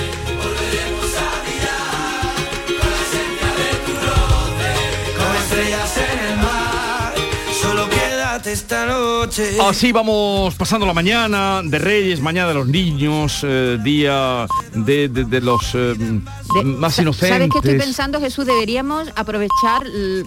volveremos a mirar con la esencia de tu roce, como estrellas en el mar. Solo quédate esta noche.
Así Ah, vamos pasando la mañana de Reyes, mañana de los niños, eh, día de, de- de los eh, más inocentes.
¿Sabes qué estoy pensando, Jesús? Deberíamos aprovechar l-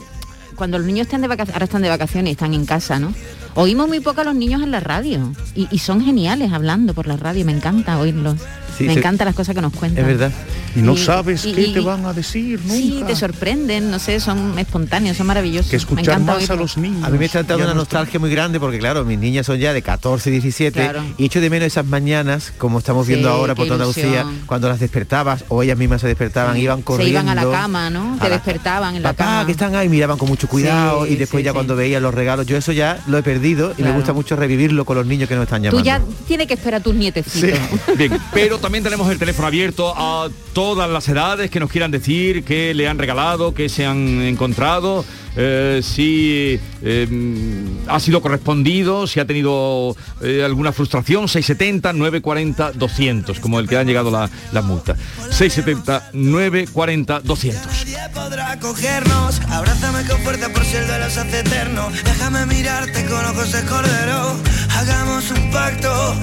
cuando los niños están de vacaciones, ahora están de vacaciones, están en casa, ¿no? Oímos muy poco a los niños en la radio y, y son geniales hablando por la radio, me encanta oírlos.
Sí,
me
se-
encantan las cosas que nos cuentan.
Y no
Y-
sabes
y-
qué
y-
te van a decir nunca.
Sí, te sorprenden, no sé, son espontáneos, son maravillosos.
Que
me encanta oírlos.
A mí me está dando una nostalgia muy grande porque, claro, mis niñas son ya de 14, 17
Claro.
y echo de menos esas mañanas, como estamos
Sí,
viendo ahora por
qué
toda Andalucía,
ilusión.
cuando las despertabas o ellas mismas se despertaban, iban
Se
corriendo.
iban a la cama, ¿no? Te
a la-
despertaban en la
Papá,
cama.
que están ahí, miraban con mucho cuidado y después ya cuando veían los regalos, yo eso ya lo he perdido y
Claro.
me gusta mucho revivirlo con los niños que nos están
Tú
llamando.
ya tienes que esperar a tus nietecitos.
Bien, pero también tenemos el teléfono abierto a todas las edades que nos quieran decir qué le han regalado, qué se han encontrado, eh, si eh, ha sido correspondido, si ha tenido eh, alguna frustración, 670 940 200, como el que han llegado la, la multa. 670 940 200.
Podrá cogernos, abrázame con fuerza por si el duelo se hace eterno. Déjame mirarte con ojos de cordero, hagamos un pacto,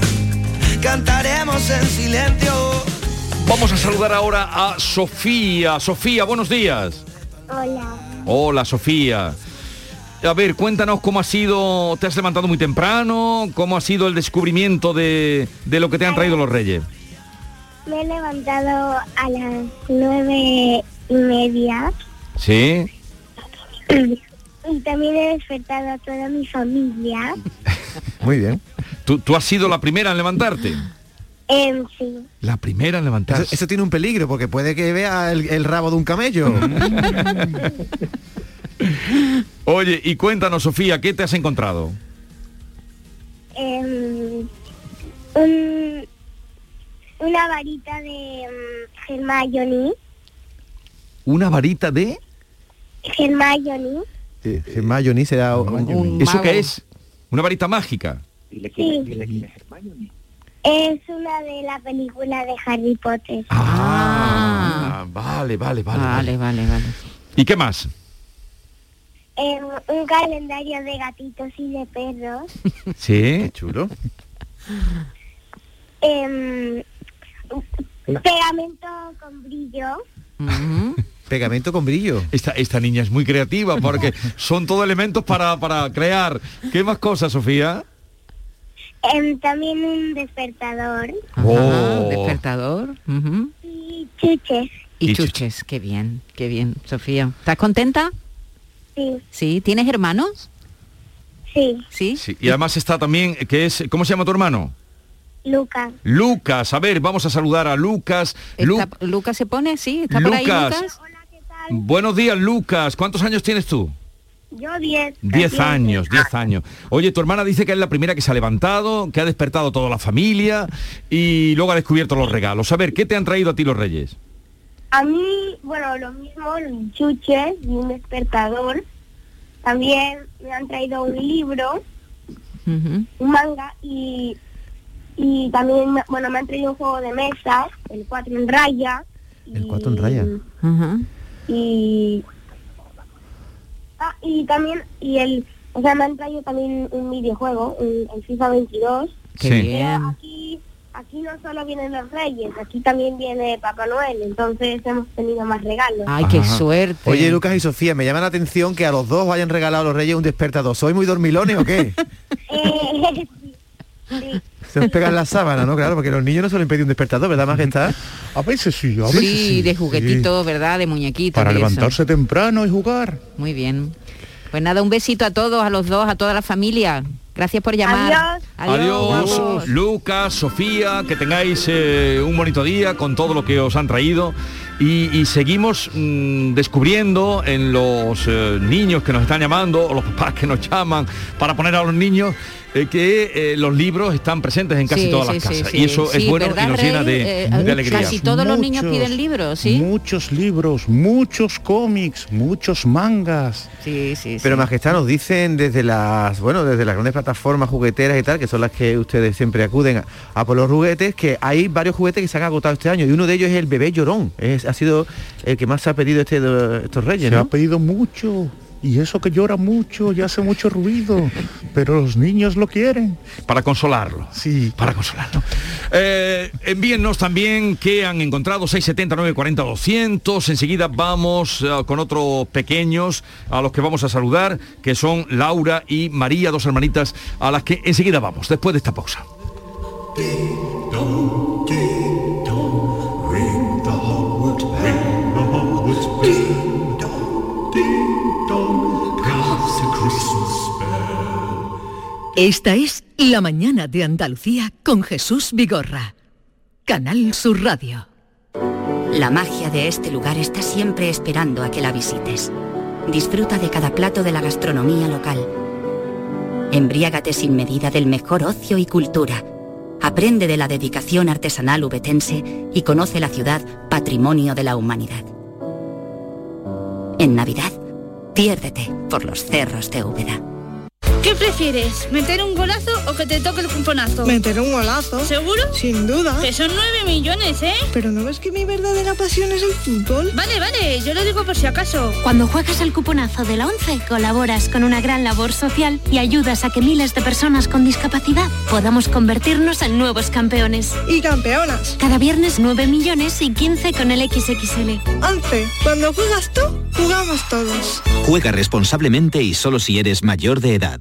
cantaremos en silencio.
Vamos a saludar ahora a Sofía. Sofía, buenos días.
Hola.
Hola, Sofía. A ver, cuéntanos cómo ha sido, te has levantado muy temprano, cómo ha sido el descubrimiento de, de lo que te han traído los reyes.
Me he levantado a las nueve y media
Sí.
y también he despertado a toda mi familia.
Muy bien.
¿Tú, tú has sido la primera en levantarte.
En Em, sí.
La primera en levantarse.
Eso, eso tiene un peligro porque puede que vea el, el rabo de un camello.
Oye, y cuéntanos, Sofía, ¿qué te has encontrado?
em, un- una varita de mm, Hermione.
Una varita de...
Hermione.
Hermione será un- un-
Ah, ¿Eso qué es? ¿Una varita mágica?
Sí. Es una de la película de Harry Potter.
Ah, vale, vale, vale. Vale,
vale, vale.
¿Y qué más?
Em, un calendario de gatitos y de perros.
Sí. chulo.
Em, pegamento con brillo.
Pegamento con brillo.
Esta, esta niña es muy creativa porque son todo elementos para, para crear. ¿Qué más cosas, Sofía?
Em, también un despertador.
Oh.
Despertador. ujú.
Y chuches.
Y, chuches, qué bien, qué bien, Sofía. ¿Estás contenta?
Sí.
Sí, ¿tienes hermanos?
Sí.
Sí.
Sí, y además está también, eh, que es, ¿cómo se llama tu hermano?
Lucas.
Lucas, a ver, vamos a saludar a Lucas. Lu-
Está- ¿Lucas se pone? Sí, ¿está por ahí
Lucas.
Lucas?
buenos días, Lucas. ¿Cuántos años tienes tú?
Yo 10.
Diez años, diez años. Oye, tu hermana dice que es la primera que se ha levantado, que ha despertado toda la familia y luego ha descubierto los regalos. A ver, ¿qué te han traído a ti los reyes?
A mí, bueno, lo mismo, los chuches y un despertador. También me han traído un libro, un manga y, y también, me- bueno, me han traído un juego de mesa, el 4 en raya
El cuatro en raya.
y... Ah, y también, y el, o sea, me han traído también un videojuego, un- el FIFA 22
Qué
Sí.
bien.
Aquí, aquí no solo vienen los reyes, aquí también viene Papá Noel, entonces hemos tenido más regalos.
Ajá. Oye, Lucas y Sofía, me llama la atención que a los dos os hayan regalado a los reyes un despertador. ¿Soy muy dormilones o qué?
Eh,
Se os pegan la sábana, ¿no? Claro, porque los niños no suelen pedir un despertador, ¿verdad, Majestad?
A veces sí,
Sí, de juguetitos, ¿verdad? De muñequitos.
Para
y eso.
levantarse temprano y jugar.
Muy bien. Pues nada, un besito a todos, a los dos, a toda la familia. Gracias por llamar.
Adiós,
guapos.
Lucas, Sofía, que tengáis eh, un bonito día con todo lo que os han traído y, y seguimos mm, descubriendo en los eh, niños que nos están llamando o los papás que nos llaman para poner a los niños eh, que eh, los libros están presentes en casi
Sí,
todas
sí,
las
sí,
casas
sí.
y eso es
Sí,
bueno
¿verdad,
y nos
Rey?
llena
Eh,
de, de
casi
alegría.
todos los niños piden libros, ¿sí?
Muchos libros, muchos cómics, muchos mangas.
Sí, sí,
Pero Majestad, nos dicen desde las, bueno, desde las grandes plataformas jugueteras y tal, que son las que ustedes siempre acuden a, a por los juguetes, que hay varios juguetes que se han agotado este año y uno de ellos es el bebé llorón. Es, ha sido el que más se ha pedido este, estos reyes,
Se
¿no?
ha pedido mucho. Y eso que llora mucho y hace mucho ruido. pero los niños lo quieren.
Para consolarlo.
Sí.
Para consolarlo. Eh, envíennos también qué han encontrado, 679-40-200. Enseguida vamos eh, con otros pequeños a los que vamos a saludar, que son Laura y María, dos hermanitas, a las que enseguida vamos, después de esta pausa.
Esta es La mañana de Andalucía con Jesús Vigorra. Canal Sur Radio.
La magia de este lugar está siempre esperando a que la visites. Disfruta de cada plato de la gastronomía local. Embriágate sin medida del mejor ocio y cultura. Aprende de la dedicación artesanal ubetense y conoce la ciudad patrimonio de la humanidad. En Navidad, piérdete por los cerros de Úbeda.
¿Qué prefieres? ¿Meter un golazo o que te toque el cuponazo?
Meter un golazo.
¿Seguro?
Sin duda.
Que son 9 millones, ¿eh?
Pero no ves que mi verdadera pasión es el fútbol.
Vale, vale, yo lo digo por si acaso.
Cuando juegas al cuponazo de la 11, colaboras con una gran labor social y ayudas a que miles de personas con discapacidad podamos convertirnos en nuevos campeones.
Y campeonas.
Cada viernes 9 millones y 15 con el XXL.
11. Cuando juegas tú, jugamos todos.
Juega responsablemente y solo si eres mayor de edad.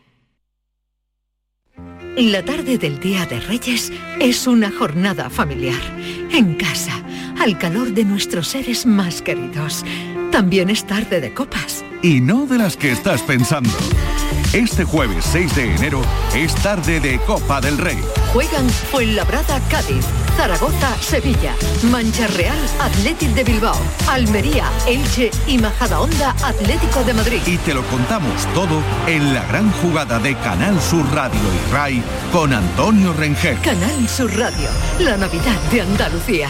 La tarde del Día de Reyes es una jornada familiar. En casa, al calor de nuestros seres más queridos. También es tarde de copas.
Y no de las que estás pensando. Este jueves 6 de enero es tarde de Copa del Rey.
Juegan Fuenlabrada Cádiz, Zaragoza Sevilla, Mancha Real Athletic de Bilbao, Almería Elche y Majadahonda Atlético de Madrid.
Y te lo contamos todo en la gran jugada de Canal Sur Radio y RAI con Antonio Rengel.
Canal Sur Radio, la Navidad de Andalucía.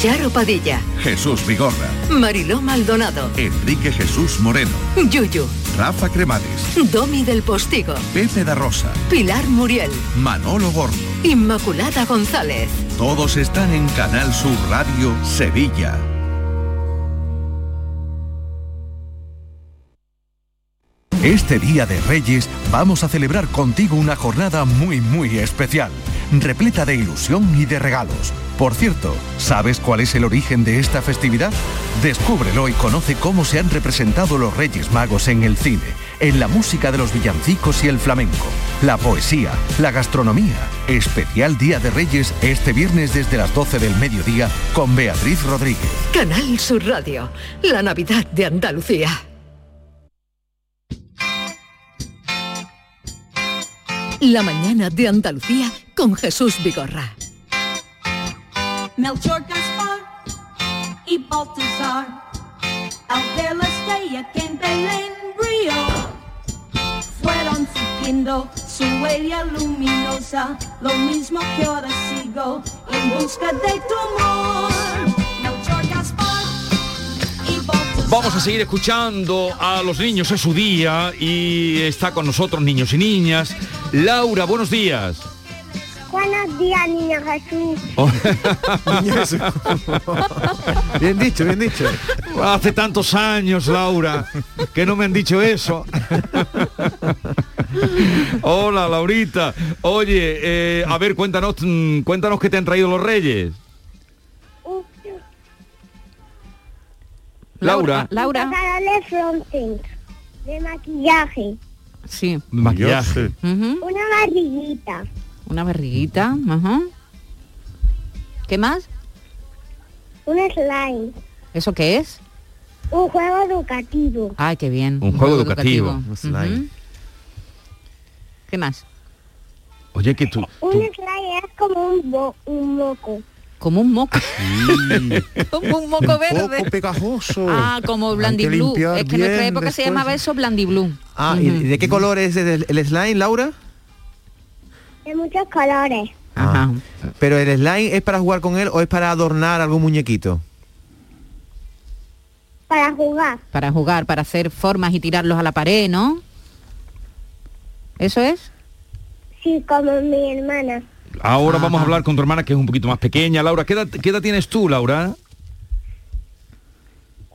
Charo Padilla,
Jesús Vigorra,
Mariló Maldonado,
Enrique Jesús Moreno,
Yuyu,
Rafa Cremades,
Domi del Postigo,
Pepe da Rosa,
Pilar Muriel,
Manolo Gordo.
Inmaculada González.
Todos están en Canal Sur Radio Sevilla. Este Día de Reyes vamos a celebrar contigo una jornada muy muy especial, repleta de ilusión y de regalos. Por cierto, ¿sabes cuál es el origen de esta festividad? Descúbrelo y conoce cómo se han representado los Reyes Magos en el cine, en la música de los villancicos y el flamenco, la poesía, la gastronomía. Especial Día de Reyes este viernes desde las 12 del mediodía con Beatriz Rodríguez.
Canal Sur Radio, la Navidad de Andalucía. La mañana de Andalucía con Jesús Vigorra.
Melchor Gaspar y Baltasar, Alcalá que en Belén Río. Fueron siguiendo su huella luminosa, lo mismo que ahora sigo en busca de tu amor. Melchor Gaspar y Baltasar.
Vamos a seguir escuchando a los niños, es su día y está con nosotros niños y niñas. Laura, buenos días.
Buenos días, niño Jesús.
bien dicho, bien dicho. Hace tantos años, Laura, que no me han dicho eso. Hola, Laurita. Oye, eh, a ver, cuéntanos, mm, cuéntanos qué te han traído los reyes.
Un-
Laura.
Un regalo de fronting, de maquillaje,
Sí.
Maquillaje.
una barriguita,
Una barriguita. Ajá. ¿Qué más?
un slime,
¿Eso qué es?
un juego educativo.
Ay, qué bien.
Un juego educativo. Un slide.
Ujú. ¿Qué más?
Oye, que tú...
Un slime es como un, bo- un moco.
Como un moco. como un moco verde.
pegajoso.
Ah, como blandiblue.
limpiar
Es que en nuestra
bien
época se
después.
llamaba eso blandiblue.
Ah, ¿y de qué color es el, el slime, Laura?
De muchos colores.
Ajá.
Ah. Pero el slime es para jugar con él o es para adornar algún muñequito.
Para jugar.
Para jugar, para hacer formas y tirarlos a la pared, ¿no? ¿Eso es?
Sí, como mi hermana.
Ahora vamos a hablar con tu hermana que es un poquito más pequeña. Laura, ¿qué edad, qué edad tienes tú, Laura?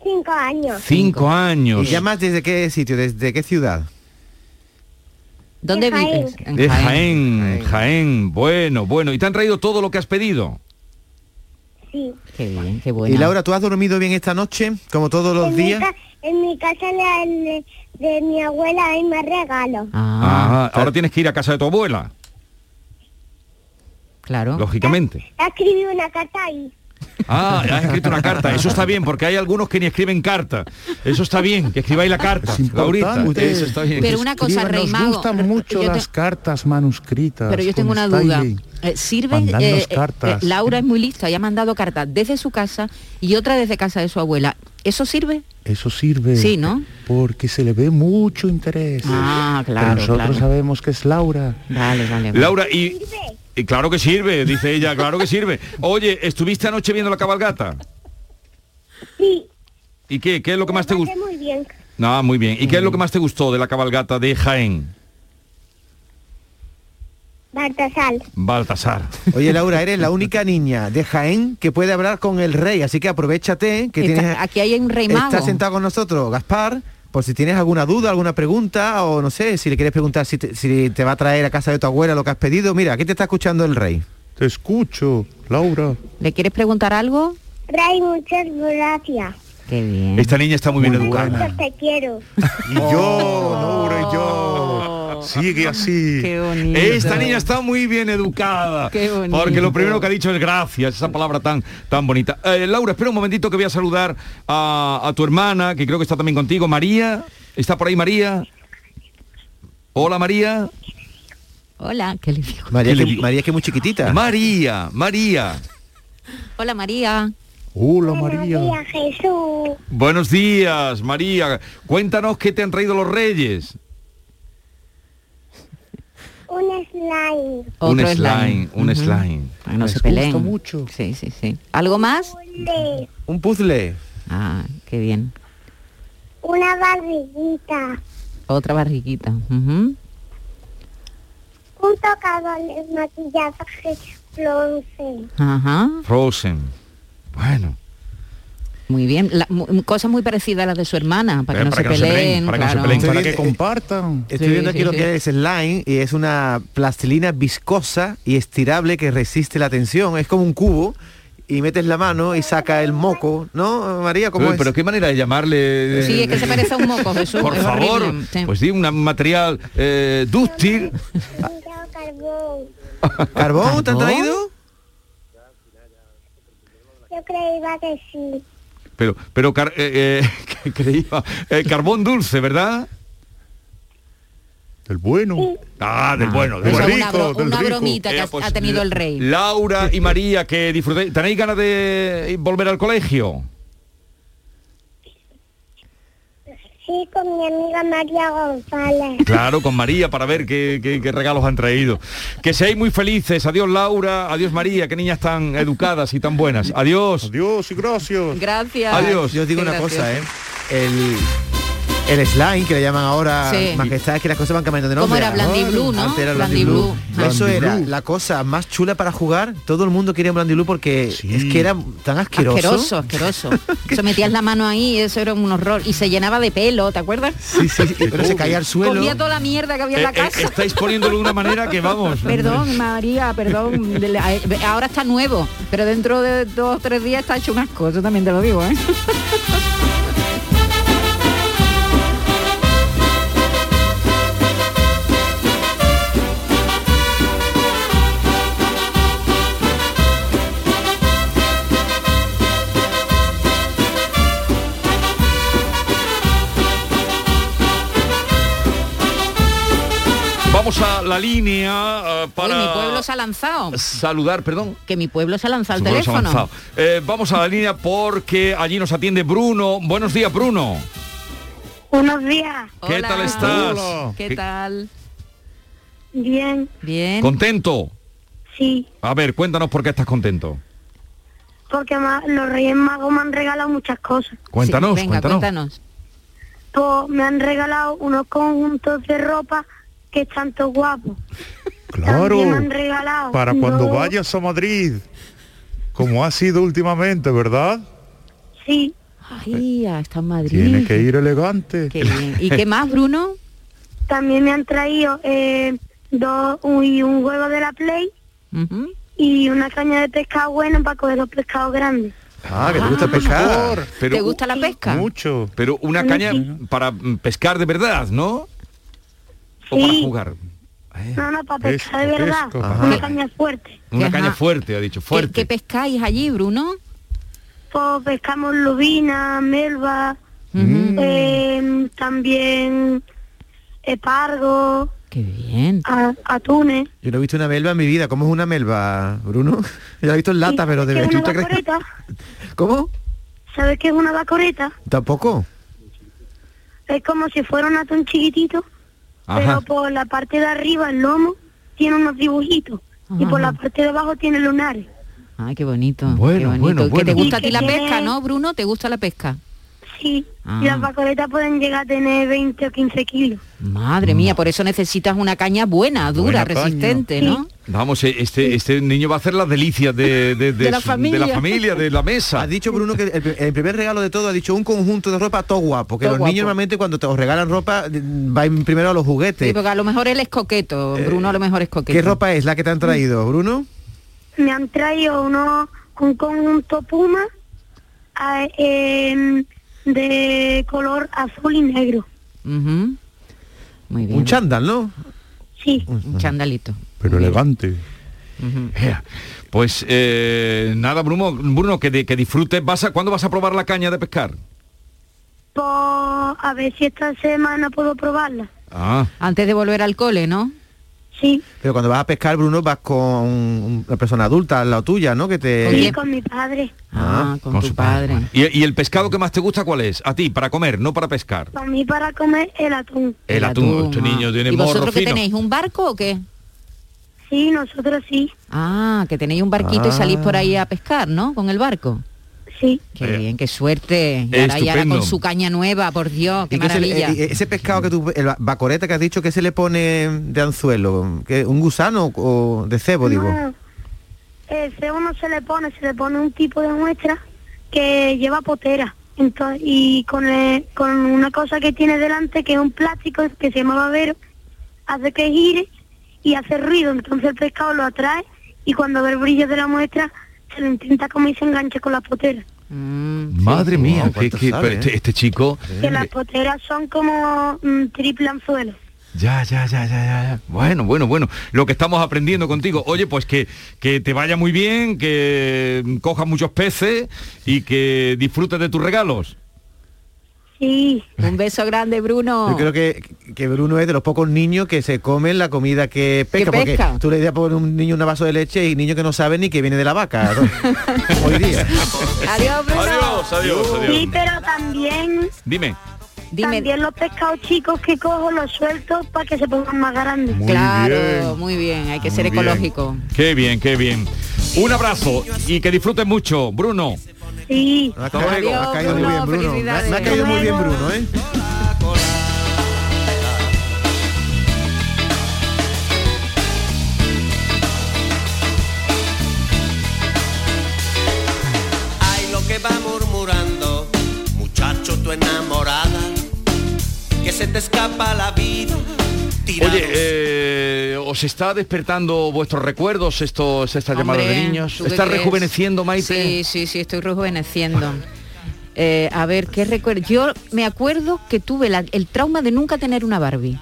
Cinco años.
Cinco años.
¿Y llamas desde qué sitio? ¿Desde qué ciudad?
¿Dónde
De Jaén.
vives?
De Jaén. Jaén, Bueno, bueno. ¿Y te han traído todo lo que has pedido?
Sí.
Qué bien, qué
Y Laura, ¿tú has dormido bien esta noche? Como todos los
en
días.
Mi ca- en mi casa la- de, de mi abuela hay más regalos.
Ah.
Ajá, Ah, Ahora tienes que ir a casa de tu abuela.
Claro.
Lógicamente.
Escribí una carta ahí.
Ah, has escrito una carta. Eso está bien, porque hay algunos que ni escriben carta. Eso está bien, que escribáis la carta. Laurita,
importante.
eso está bien.
Pero una cosa, Rey
Nos
Mago,
gustan mucho
yo te-
las cartas manuscritas.
Pero yo tengo
con
una duda.
styling.
Eh, ¿Sirve?
Mandadnos
eh, eh,
cartas.
eh, Laura es muy lista y ha mandado cartas desde su casa y otra desde casa de su abuela. ¿Eso sirve?
Eso sirve.
Sí, ¿no?
Porque se le ve mucho interés.
Ah,
Pero
claro,
nosotros
claro.
sabemos que es Laura.
Vale, vale.
Laura, y, y claro que sirve, dice ella, claro que sirve. Oye, ¿estuviste anoche viendo la cabalgata?
Sí.
¿Y qué? ¿Qué es lo que más te gustó?
Muy bien.
Ah, muy bien. ¿Y qué es lo que más te gustó de la cabalgata de Jaén?
Baltasar.
Baltasar.
Oye, Laura, eres la única niña de Jaén que puede hablar con el rey, así que aprovechate que
Está-
tienes...
aquí hay un rey mago.
Está sentado con nosotros, Gaspar, por si tienes alguna duda, alguna pregunta, o no sé, si le quieres preguntar si te, si te va a traer a casa de tu abuela lo que has pedido. Mira, aquí te está escuchando el rey.
Te escucho, Laura.
¿Le quieres preguntar algo?
Rey, muchas gracias.
Qué bien.
Esta niña está muy bien educada.
Mucho te quiero.
Y yo, Oh, Laura, y yo. Sigue así.
Esta niña está muy bien educada.
Qué bonito.
Porque lo primero que ha dicho es gracias, esa palabra tan, tan bonita. Eh, Laura, espera un momentito que voy a saludar a, a tu hermana, que creo que está también contigo, María. ¿Está por ahí María? Hola María.
Hola, ¿qué le digo?
María,
¿Qué le
que-
digo?
María que es muy chiquitita.
María, María.
Hola, María.
Hola,
María Jesús.
Buenos días, María. Cuéntanos qué te han traído los reyes.
Un slime.
un
Otro
slime,
slime.
un
Ujú.
slime.
Ay, no se peleen. mucho. Sí, sí, sí. ¿Algo más?
de
Un puzzle.
Ah, qué bien.
Una barriguita.
Otra barriguita. Ujú.
Un tocador de maquillaje bronce.
Ajá.
Frozen. Bueno.
Muy bien, la- mu- cosas muy parecidas a las de su hermana, para que no se peleen. claro.
para que
Estoy viendo-
compartan.
Estoy viendo aquí lo que es slime y es una plastilina viscosa y estirable que resiste la tensión. Es como un cubo y metes la mano y saca el moco, ¿no, María? ¿Cómo
Uy,
es?
Pero qué manera de llamarle... eh,
Sí, es que se parece a un moco, Jesús.
Por
es
favor,
horrible,
Eh.
sí.
pues sí, un material eh, dúctil.
¿Carbón te han traído?
Yo creía que sí.
Pero, pero car- eh, eh, que- que le iba- eh, carbón dulce, ¿verdad?
Del bueno.
Ah, del bueno, del
Eso es
bueno.
una bro-
una bromita que ha-
pues,
ha tenido el rey.
Laura y María, que disfrutéis. ¿Tenéis ganas de volver al colegio?
Sí, con mi amiga María González.
Claro, con María para ver qué, qué- qué regalos han traído. Que seáis muy felices. Adiós Laura, adiós María, qué niñas tan educadas y tan buenas. Adiós.
Adiós y gracias.
Gracias.
Adiós.
Yo os digo
Qué
una cosa, ¿eh?
gracioso.
El... El slime que le llaman ahora
Sí.
majestad es que las cosas van cambiando de
¿Cómo
nombre.
era? Blandiblú, ¿no?
Antes era
Blandiblú.
Blandiblú. Eso era la cosa más chula para jugar. Todo el mundo quería Blandiblú porque es que era tan asqueroso.
Asqueroso, asqueroso. Eso metías la mano ahí, eso era un horror. Y se llenaba de pelo, ¿te acuerdas?
Sí, sí, sí, pero se caía al suelo.
Comía toda la mierda que había en
Eh,
la
eh,
casa.
estáis poniéndolo de una manera que vamos.
Perdón, María, perdón. De la- eh, Ahora está nuevo, pero dentro de dos o tres días está hecho un asco, yo también te lo digo, ¿eh?
Vamos a la línea eh,
Uy,
para
mi pueblo se ha lanzado.
saludar, perdón.
Que mi pueblo se ha lanzado al
Seguro se ha
teléfono.
avanzado. Eh, vamos a la línea porque allí nos atiende Bruno. Buenos días, Bruno.
Buenos días.
¿Qué tal estás?
¿Qué tal?
Bien,
Bien.
¿Contento?
sí.
A ver, cuéntanos por qué estás contento.
Porque ma- los Reyes Magos me han regalado muchas cosas.
Cuéntanos, Sí, venga, cuéntanos.
Pues me han regalado unos conjuntos de ropa que están todos guapos.
Claro.
También me han regalado.
Para cuando
dos-
vayas a Madrid, como ha sido últimamente, ¿verdad?
Sí.
Ay, ah, está en Madrid.
Tiene que ir elegante.
Qué bien. ¿Y qué más, Bruno?
También me han traído eh, dos un, y un huevo de la Play
Ujú.
y una caña de pescado bueno para coger los pescados grandes.
Ah, que te gusta pescar.
Pero,
la pesca?
Mucho.
Pero una
Sí.
caña para mm, pescar de verdad, ¿no? O para
Sí.
jugar.
No, no, para pescar de
Pesco,
verdad.
pesco.
Una
Ajá.
caña fuerte.
Una
Ajá.
caña fuerte, ha dicho,
¿Qué,
fuerte.
qué pescáis allí, Bruno?
Pues pescamos lubina, melva, eh, también espargo,
Qué bien.
a- atunes.
Yo no he visto una melva en mi vida. ¿Cómo es una melva, Bruno? Yo la he visto en lata, pero de
¿Qué es
¿tú
una
te crees que-
vacoreta?
¿Cómo?
¿Sabes qué es una vacoreta?
¿Tampoco?
Es como si fuera un atún chiquitito,
Ajá.
pero por la parte de arriba, el lomo, tiene unos dibujitos. Y por la parte de abajo tiene lunares.
Ay, qué bonito. qué
Bueno,
bonito.
bueno,
¿Que
bueno.
te gusta a ti
Y
la
que
pesca,
tiene-
no, Bruno? ¿Te gusta la pesca?
Sí.
Ah.
Y las vacoretas pueden llegar a tener 20 o 15 kilos.
Madre mía, por eso necesitas una caña buena, dura,
Mm. Buena caña.
resistente, ¿no?
Vamos, eh, este, este niño va a hacer las delicias de,
De la
de- de su- de la
familia.
familia, de la mesa.
Ha dicho Bruno que el, el primer regalo de todo ha dicho un conjunto de ropa todo guapo, que
Todo
los
guapo.
niños normalmente cuando te os regalan ropa van primero a los
Sí,
juguetes.
porque a lo mejor él es coqueto, Bruno a lo mejor es coqueto.
Eh, ¿Qué ropa es la que te han traído, Bruno?
Me han traído uno, un conjunto puma a- em, de color azul y negro.
Ujú. Muy bien.
Un chándal, ¿no?
Sí.
Un chandalito.
Pero elegante.
Ea. Pues eh, nada, Bruno, Bruno que, de- que disfrutes. Vas a, ¿Cuándo vas a probar la caña de pescar?
Pues a ver si esta semana puedo probarla.
Ah.
Antes de volver al cole, ¿no?
Sí.
Pero cuando vas a pescar, Bruno, vas con un- una persona adulta, al lado tuya, ¿no? Que te...
Sí, con mi padre,
Ah, con, tu padre.
¿Y, y el pescado que más te gusta cuál es? A ti, para comer, no para pescar.
para mí para comer el atún.
El, atún, este niño tiene
¿Y
morro
vosotros qué
fino.
tenéis? ¿Un barco o qué?
Sí, nosotros sí.
Ah, que tenéis un barquito y salís
Ah.
por ahí a pescar, ¿no? Con el barco.
Sí.
Qué bien, qué suerte. Y ahora, y ahora
estupendo.
con su caña nueva, por Dios, qué
Y que se le-
maravilla.
eh, eh, ese pescado que tú, el bacoreta que has dicho, que se le pone de anzuelo? ¿Que ¿Un gusano o de cebo, digo?
No, el cebo no se le pone, se le pone un tipo de muestra
que lleva potera. Entonces, y con, el- con una cosa que tiene delante, que es un plástico que se llama babero, hace que gire y hace ruido. Entonces el pescado lo atrae y cuando ve el brillo de la muestra, se lo intenta como y se engancha con la potera.
Madre mía,
Wow,
que-
cuánto
que-
sabe,
pero
¿eh?
este, este chico.
Que las poteras son como mm, triple anzuelo.
Ya, ya, ya, ya, ya, ya. Bueno, bueno, bueno. Lo que estamos aprendiendo contigo. Oye, pues que, que te vaya muy bien, que mm, cojas muchos peces y que disfrutes de tus regalos.
Sí.
Un beso grande, Bruno.
Yo creo que, que Bruno es de los pocos niños que se comen la comida que pesca,
pesca.
porque tú le das por un niño un vaso de leche y niño que no sabe ni que viene de la vaca. ¿no?
Adiós, Bruno.
Adiós, adiós,
Sí,
adiós.
pero también,
Dime.
también los pescados chicos que cojo los suelto para que se pongan más grandes.
claro, muy bien, hay que ser
bien.
ecológico.
Qué bien, qué bien. Un abrazo y que disfrutes mucho, Bruno.
Sí.
Ha caído, ha caído muy bien Bruno. Me ha- Me ha caído muy bien Bruno, ¿eh?
Hay lo que va
¿eh?
murmurando, muchacho tu enamorada, que se te escapa la vida.
Oye, eh, ¿os está despertando vuestros recuerdos estos, estas llamadas de
Hombre,
niños?
¿tú qué
¿Estás
crees?
rejuveneciendo, Maite?
Sí, sí, sí, estoy rejuveneciendo. Eh, a ver, ¿qué recuerdo? Yo me acuerdo que tuve la- el trauma de nunca tener una Barbie.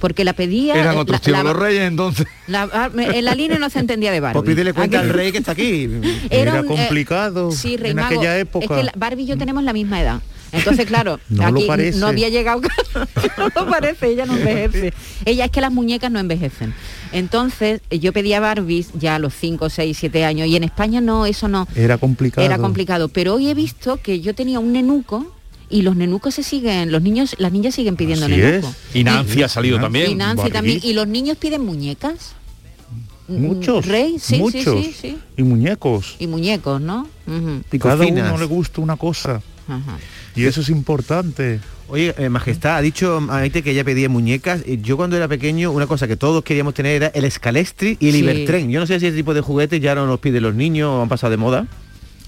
Porque la pedía...
Eran
la-
otros
la-
tíos,
la-
los reyes entonces.
la Barbie- en la línea no se entendía de Barbie.
Pues pídele cuenta
Aquí-
al rey que está aquí.
Era un, eh, sí, Rey Mago, Es que la- Barbie y yo tenemos la misma edad. Entonces, claro,
No lo
aquí n-
parece.
no había llegado. no lo parece, ella no envejece. Ella es que las muñecas no envejecen. Entonces, eh, yo pedía Barbies ya a los 5, 6, 7 años y en España no, eso no.
Era complicado.
Era complicado. Pero hoy he visto que yo tenía un nenuco y los nenucos se siguen, los niños, las niñas siguen pidiendo
Así
nenuco.
es. Y Nancy ha salido también.
Y Nancy
Barbie.
también. Y los niños piden muñecas.
Muchos.
Rey, sí, sí,
muchos.
sí, sí.
Y muñecos.
Y muñecos, ¿no? Ujú.
Cada uno le gusta una cosa.
Ajá.
Y eso es importante.
Oye, eh, Majestad, ha dicho Maite que ella pedía muñecas. Y Yo cuando era pequeño, una cosa que todos queríamos tener era el escalestri y el
Sí.
Ibertren. Yo no sé si ese tipo de juguetes ya no los piden los niños o han pasado de moda.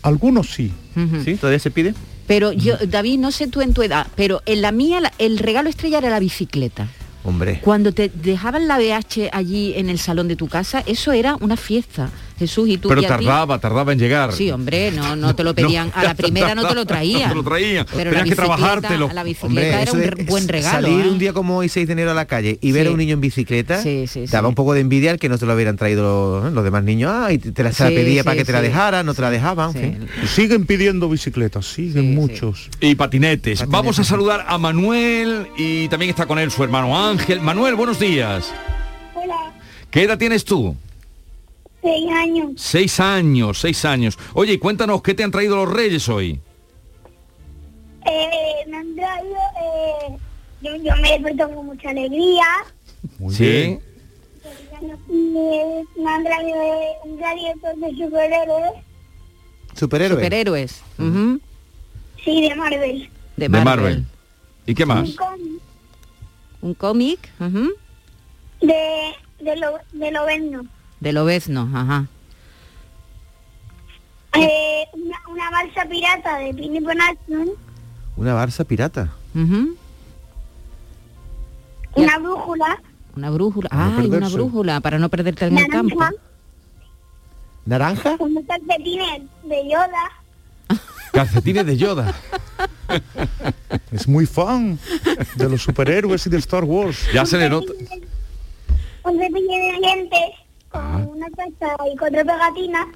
Algunos sí.
Oh, ¿Sí? ¿Todavía se pide?
Pero yo, David, no sé tú en tu edad, pero en la mía la- el regalo estrella era la bicicleta.
Hombre.
Cuando te dejaban la BH allí en el salón de tu casa, eso era una fiesta. Jesús y tú.
Pero
y a ti.
tardaba, tardaba en llegar.
Sí, hombre, no, no te lo pedían. a la primera no te lo traían.
No te lo traían.
Pero la
Tenías que
bicicleta-
trabajártelo.
a la bicicleta
Hombre,
era
eso
un
de
re- buen regalo.
Salir
¿eh?
un día como hoy 6 de enero a la calle y ver a
Sí.
un niño en bicicleta daba un poco de envidia al que no te lo hubieran traído los, los demás niños. Ah, y te te la, se la
Sí,
pedía
sí,
para que te la
sí.
dejara, no te la dejaban. en fin.
Y siguen pidiendo bicicletas, siguen muchos.
Y patinetes. Vamos a saludar a Manuel y también está con él su hermano Ángel. Manuel, buenos días.
Hola,
¿Qué edad tienes tú?
seis años.
Seis años, seis años. Oye, y cuéntanos, ¿qué te han traído los reyes hoy?
Eh, me han traído, eh, yo, yo me despertado con mucha alegría.
sí.
Me, me han traído eh, un gladiador de superhéroes,
Superhéroes.
Superhéroes. ujú,
sí, de Marvel.
De
De
Marvel.
Marvel. ¿Y qué más?
Un cómic
Un cómic ujú,
de, de, lo, de Lobezno.
de Lobezno, ajá.
Eh, una, una balsa pirata de Pini Bonacción,
Una Barça pirata.
ujú,
una brújula,
Una brújula. Ay, una
perderse.
brújula, para no perderte en el campo.
naranja,
¿Naranja?
unos calcetines de Yoda.
Calcetines de Yoda.
Es muy fan de los superhéroes y de Star Wars.
Ya se le nota.
un cepillo de dientes con una taza y cuatro pegatinas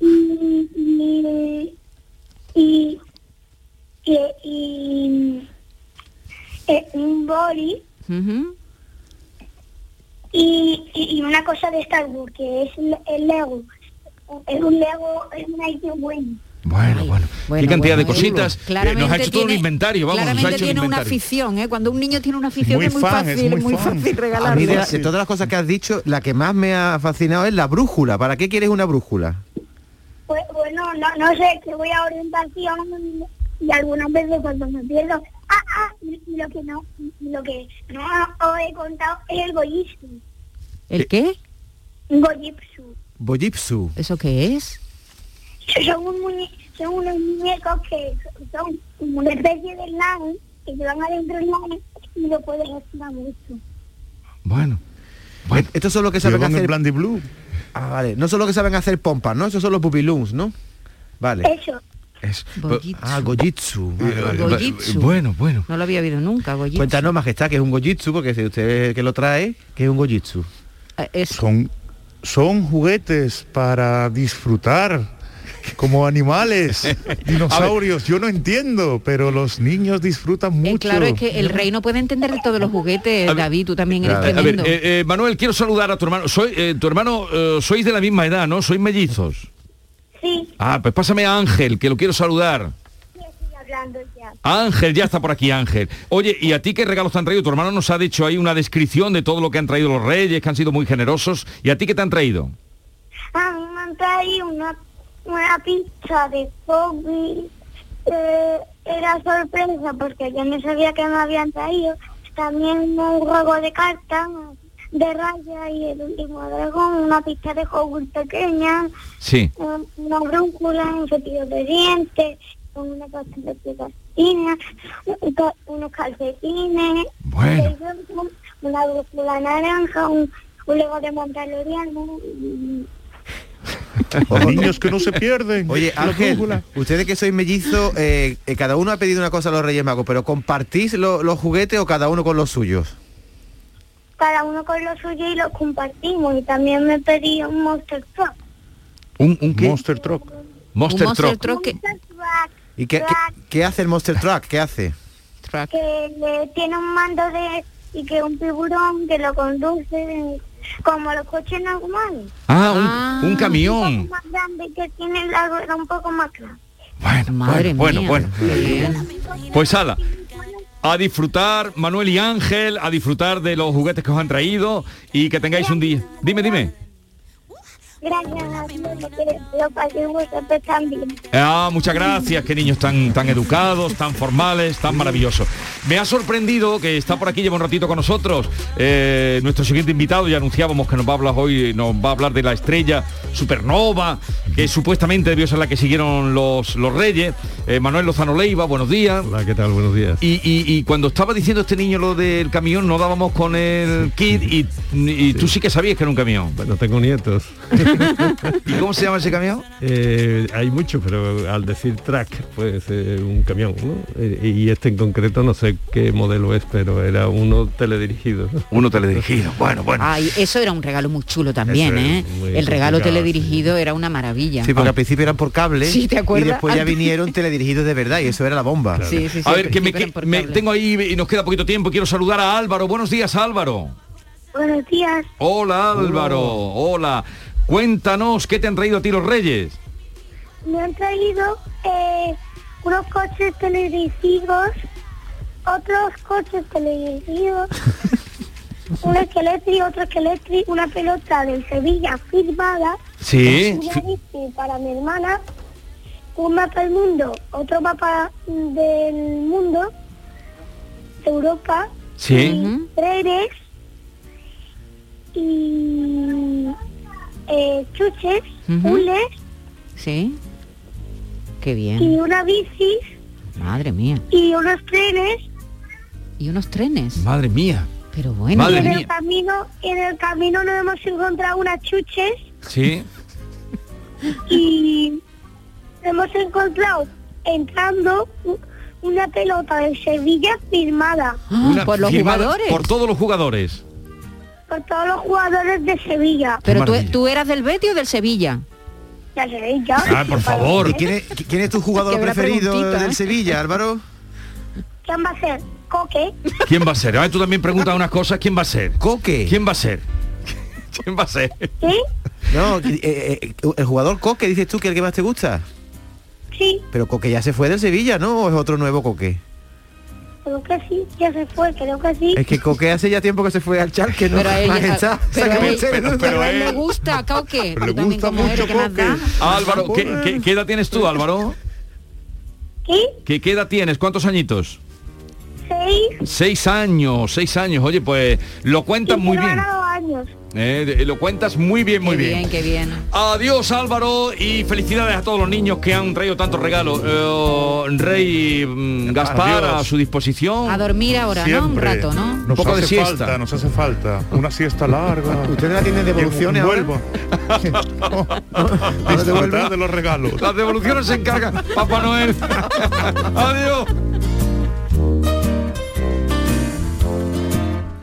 y y y, y, y- eh, un boli
ujú.
y, y- y una cosa de Star Wars que es el, el Lego es un Lego es un IQ bueno
qué
bueno,
cantidad de cositas.
bueno.
Eh,
Claramente
nos ha hecho todo un
tiene-
inventario, vamos, nos ha
Claramente
hecho un
tiene una
inventario.
afición, ¿eh? Cuando un niño tiene una afición
Muy
es muy
fan, Ah, es
fácil,
muy
muy, fácil
A mí de,
regalarlo.
la- de todas las cosas que has dicho, la que más me ha fascinado es la brújula. ¿Para qué quieres una brújula?
Pues, bueno no no sé que voy a orientación y algunas veces cuando me pierdo ah ah y- y lo que no lo que no os he contado es el goyismo
¿El qué?
Goyipsu.
Boyipsu.
¿Eso qué es?
Son, un muñe- son unos muñecos que son como una especie de nave que llevan adentro el nave y lo pueden hacer mucho.
Bueno.
Estos son los que saben
Llevan
hacer...
en blandy blue.
Ah, vale. No son los que saben hacer pompas, ¿no? Esos son los pupiluns, ¿no? Vale.
Eso.
Eso. Ah,
eh,
gojitsu. Vale, vale.
Goyitsu.
bueno.
No lo había oído nunca, goyitsu.
Cuéntanos, majestad, que es un gojitsu, porque si usted es el que lo trae, que es un gojitsu.
Eh,
Son, son juguetes para disfrutar como animales, dinosaurios. Yo no entiendo, pero los niños disfrutan mucho.
Eh, Claro, es que el rey no puede entender de todos los juguetes, David, tú también eres
A ver,
tremendo.
eh, eh, Manuel, quiero saludar a tu hermano. Soy, eh, tu hermano, eh, sois de la misma edad, ¿no? Sois mellizos.
Sí,
Ah, pues pásame a Ángel, que lo quiero saludar.
estoy hablando ya.
Ángel, ya está por aquí Ángel. Oye, ¿y a ti qué regalos te han traído? Tu hermano nos ha dicho ahí una descripción de todo lo que han traído los reyes, que han sido muy generosos. ¿Y a ti qué te han traído?
A mí me han traído una, una pizza de Foggy. Eh, era sorpresa porque yo no sabía que me habían traído. También un juego de cartas de raya y el último dragón, una pizza de Hogwarts pequeña,
Sí.
un- una brújula, un cepillo de dientes, una pasta de pegatinas, un ca- unos calcetines, una brújula naranja, un, un lego de Mandaloriano. y-
niños que no se pierden.
Oye,
La
Ángel,
brújula.
ustedes que sois mellizos, eh, eh, cada uno ha pedido una cosa a los Reyes Magos, pero ¿compartís lo- los juguetes o cada uno con los suyos?
cada uno con lo suyo y lo compartimos. Y también me pedí un Monster Truck.
¿Un,
qué? Monster Truck.
Monster Un Monster Truck.
Monster Truck
¿Y qué, qué- qué hace el Monster Truck? ¿Qué hace?
que le tiene un mando de y que un tiburón que lo conduce como los coches normales.
Ah, un, un camión.
Un poco más grande que tiene el algo era un poco más grande.
Bueno,
Madre
bueno,
mía.
bueno, bueno. Pues ala. A disfrutar, Manuel y Ángel, a disfrutar de los juguetes que os han traído y que tengáis un día. Dime, dime.
Gracias a Dios porque lo pasé pues, vosotros también.
Ah, muchas gracias, qué niños tan, tan educados, tan formales, tan maravillosos. Me ha sorprendido que está por aquí, lleva un ratito con nosotros, eh, nuestro siguiente invitado, ya anunciábamos que nos va a hablar hoy, nos va a hablar de la estrella supernova, que supuestamente debió ser la que siguieron los, los reyes. Eh, Manuel Lozano Leiva, buenos días.
Hola, ¿qué tal? Buenos días.
Y, y- y cuando estaba diciendo este niño lo del camión, no dábamos con el kit y, y tú sí que sabías que era un camión.
Bueno, tengo nietos. Eh,
¿Y cómo se llama ese camión?
hay muchos, pero al decir track, pues eh, un camión, ¿no? Eh, y este en concreto no sé qué modelo es, pero era uno teledirigido.
Uno teledirigido, bueno, bueno.
Ay, eso era un regalo muy chulo también,
Eso es
¿eh?
muy
El regalo
complicado,
teledirigido era una maravilla.
Sí, porque al principio eran por cable
Ah. Sí, ¿te
y
acuerdas?
después ya
Al-
vinieron teledirigidos de verdad y eso era la bomba.
Sí, sí, sí,
a
al
ver, que me,
principio eran por
que- me-
cable.
tengo ahí y nos queda poquito tiempo. Quiero saludar a Álvaro. Buenos días, Álvaro.
Buenos días.
Hola, Álvaro. Hola. Cuéntanos qué te han traído a ti los Reyes.
Me han traído eh, unos coches televisivos, otros coches televisivos, un esqueleto y otro esqueleto, una pelota del Sevilla firmada,
Sí.
una bici para mi hermana, un mapa del mundo, otro mapa del mundo, de Europa,
Sí.
trenes y eh, chuches,
Ujú.
hules
Sí. Qué bien.
y una bici
Madre mía.
y unos trenes
Y unos trenes.
Madre mía.
Pero bueno.
y en el camino en el camino nos hemos encontrado unas chuches
Sí.
y hemos encontrado entrando u- una pelota de Sevilla firmada
Ah,
Una firmada Por todos los jugadores.
por todos los jugadores de Sevilla
Pero tú, e- tú eras del Betis o del Sevilla.
de Sevilla
Ah,
¿Y Ah, quién es, quién es tu
¿eh? Es
jugador
que habrá
preferido
preguntita,
del
¿eh?
Sevilla, Álvaro?
quién va a ser coque
¿Quién va a ser? A ver, tú también preguntas unas cosas. ¿Quién va a ser?
Coque.
¿Quién va a ser? ¿Quién va a ser?
sí
No, eh, eh, el jugador Coque, dices tú que es el que más te gusta.
sí
Pero Coque ya se fue del Sevilla, ¿no? ¿O es otro nuevo Coque?
creo que sí ya se fue creo que sí
Es que Coque hace ya tiempo que se fue al Charque, ¿no?
Pero a él-
Majestad,
a- pero
sácame
a él-
el serio.
pero- pero
Pero a él
él-
le Pues gusta, Coque. Tú también como eres, ¿qué más da?
Álvaro, ¿qué, qué, qué edad tienes tú, Álvaro?
¿Qué?
¿Qué, qué edad tienes? ¿Cuántos añitos?
seis
Seis años, seis años. Oye, pues lo cuentas muy bien.
Lleva dos años amigos.
Eh, de- lo cuentas muy bien, muy bien.
qué bien.
Adiós Álvaro y felicidades a todos los niños que han traído tantos regalos. Eh, Rey mm,
Ah,
Gaspar
Adiós.
a su disposición.
A dormir ahora, ¿no? Un rato, ¿no?
Nos
Un poco
hace
de siesta.
falta, nos hace falta. Una siesta larga.
¿Ustedes la tienen de devoluciones ahora?
Vuelvo. Disfrutar de los regalos.
Las devoluciones se encargan. Papá Noel. Adiós.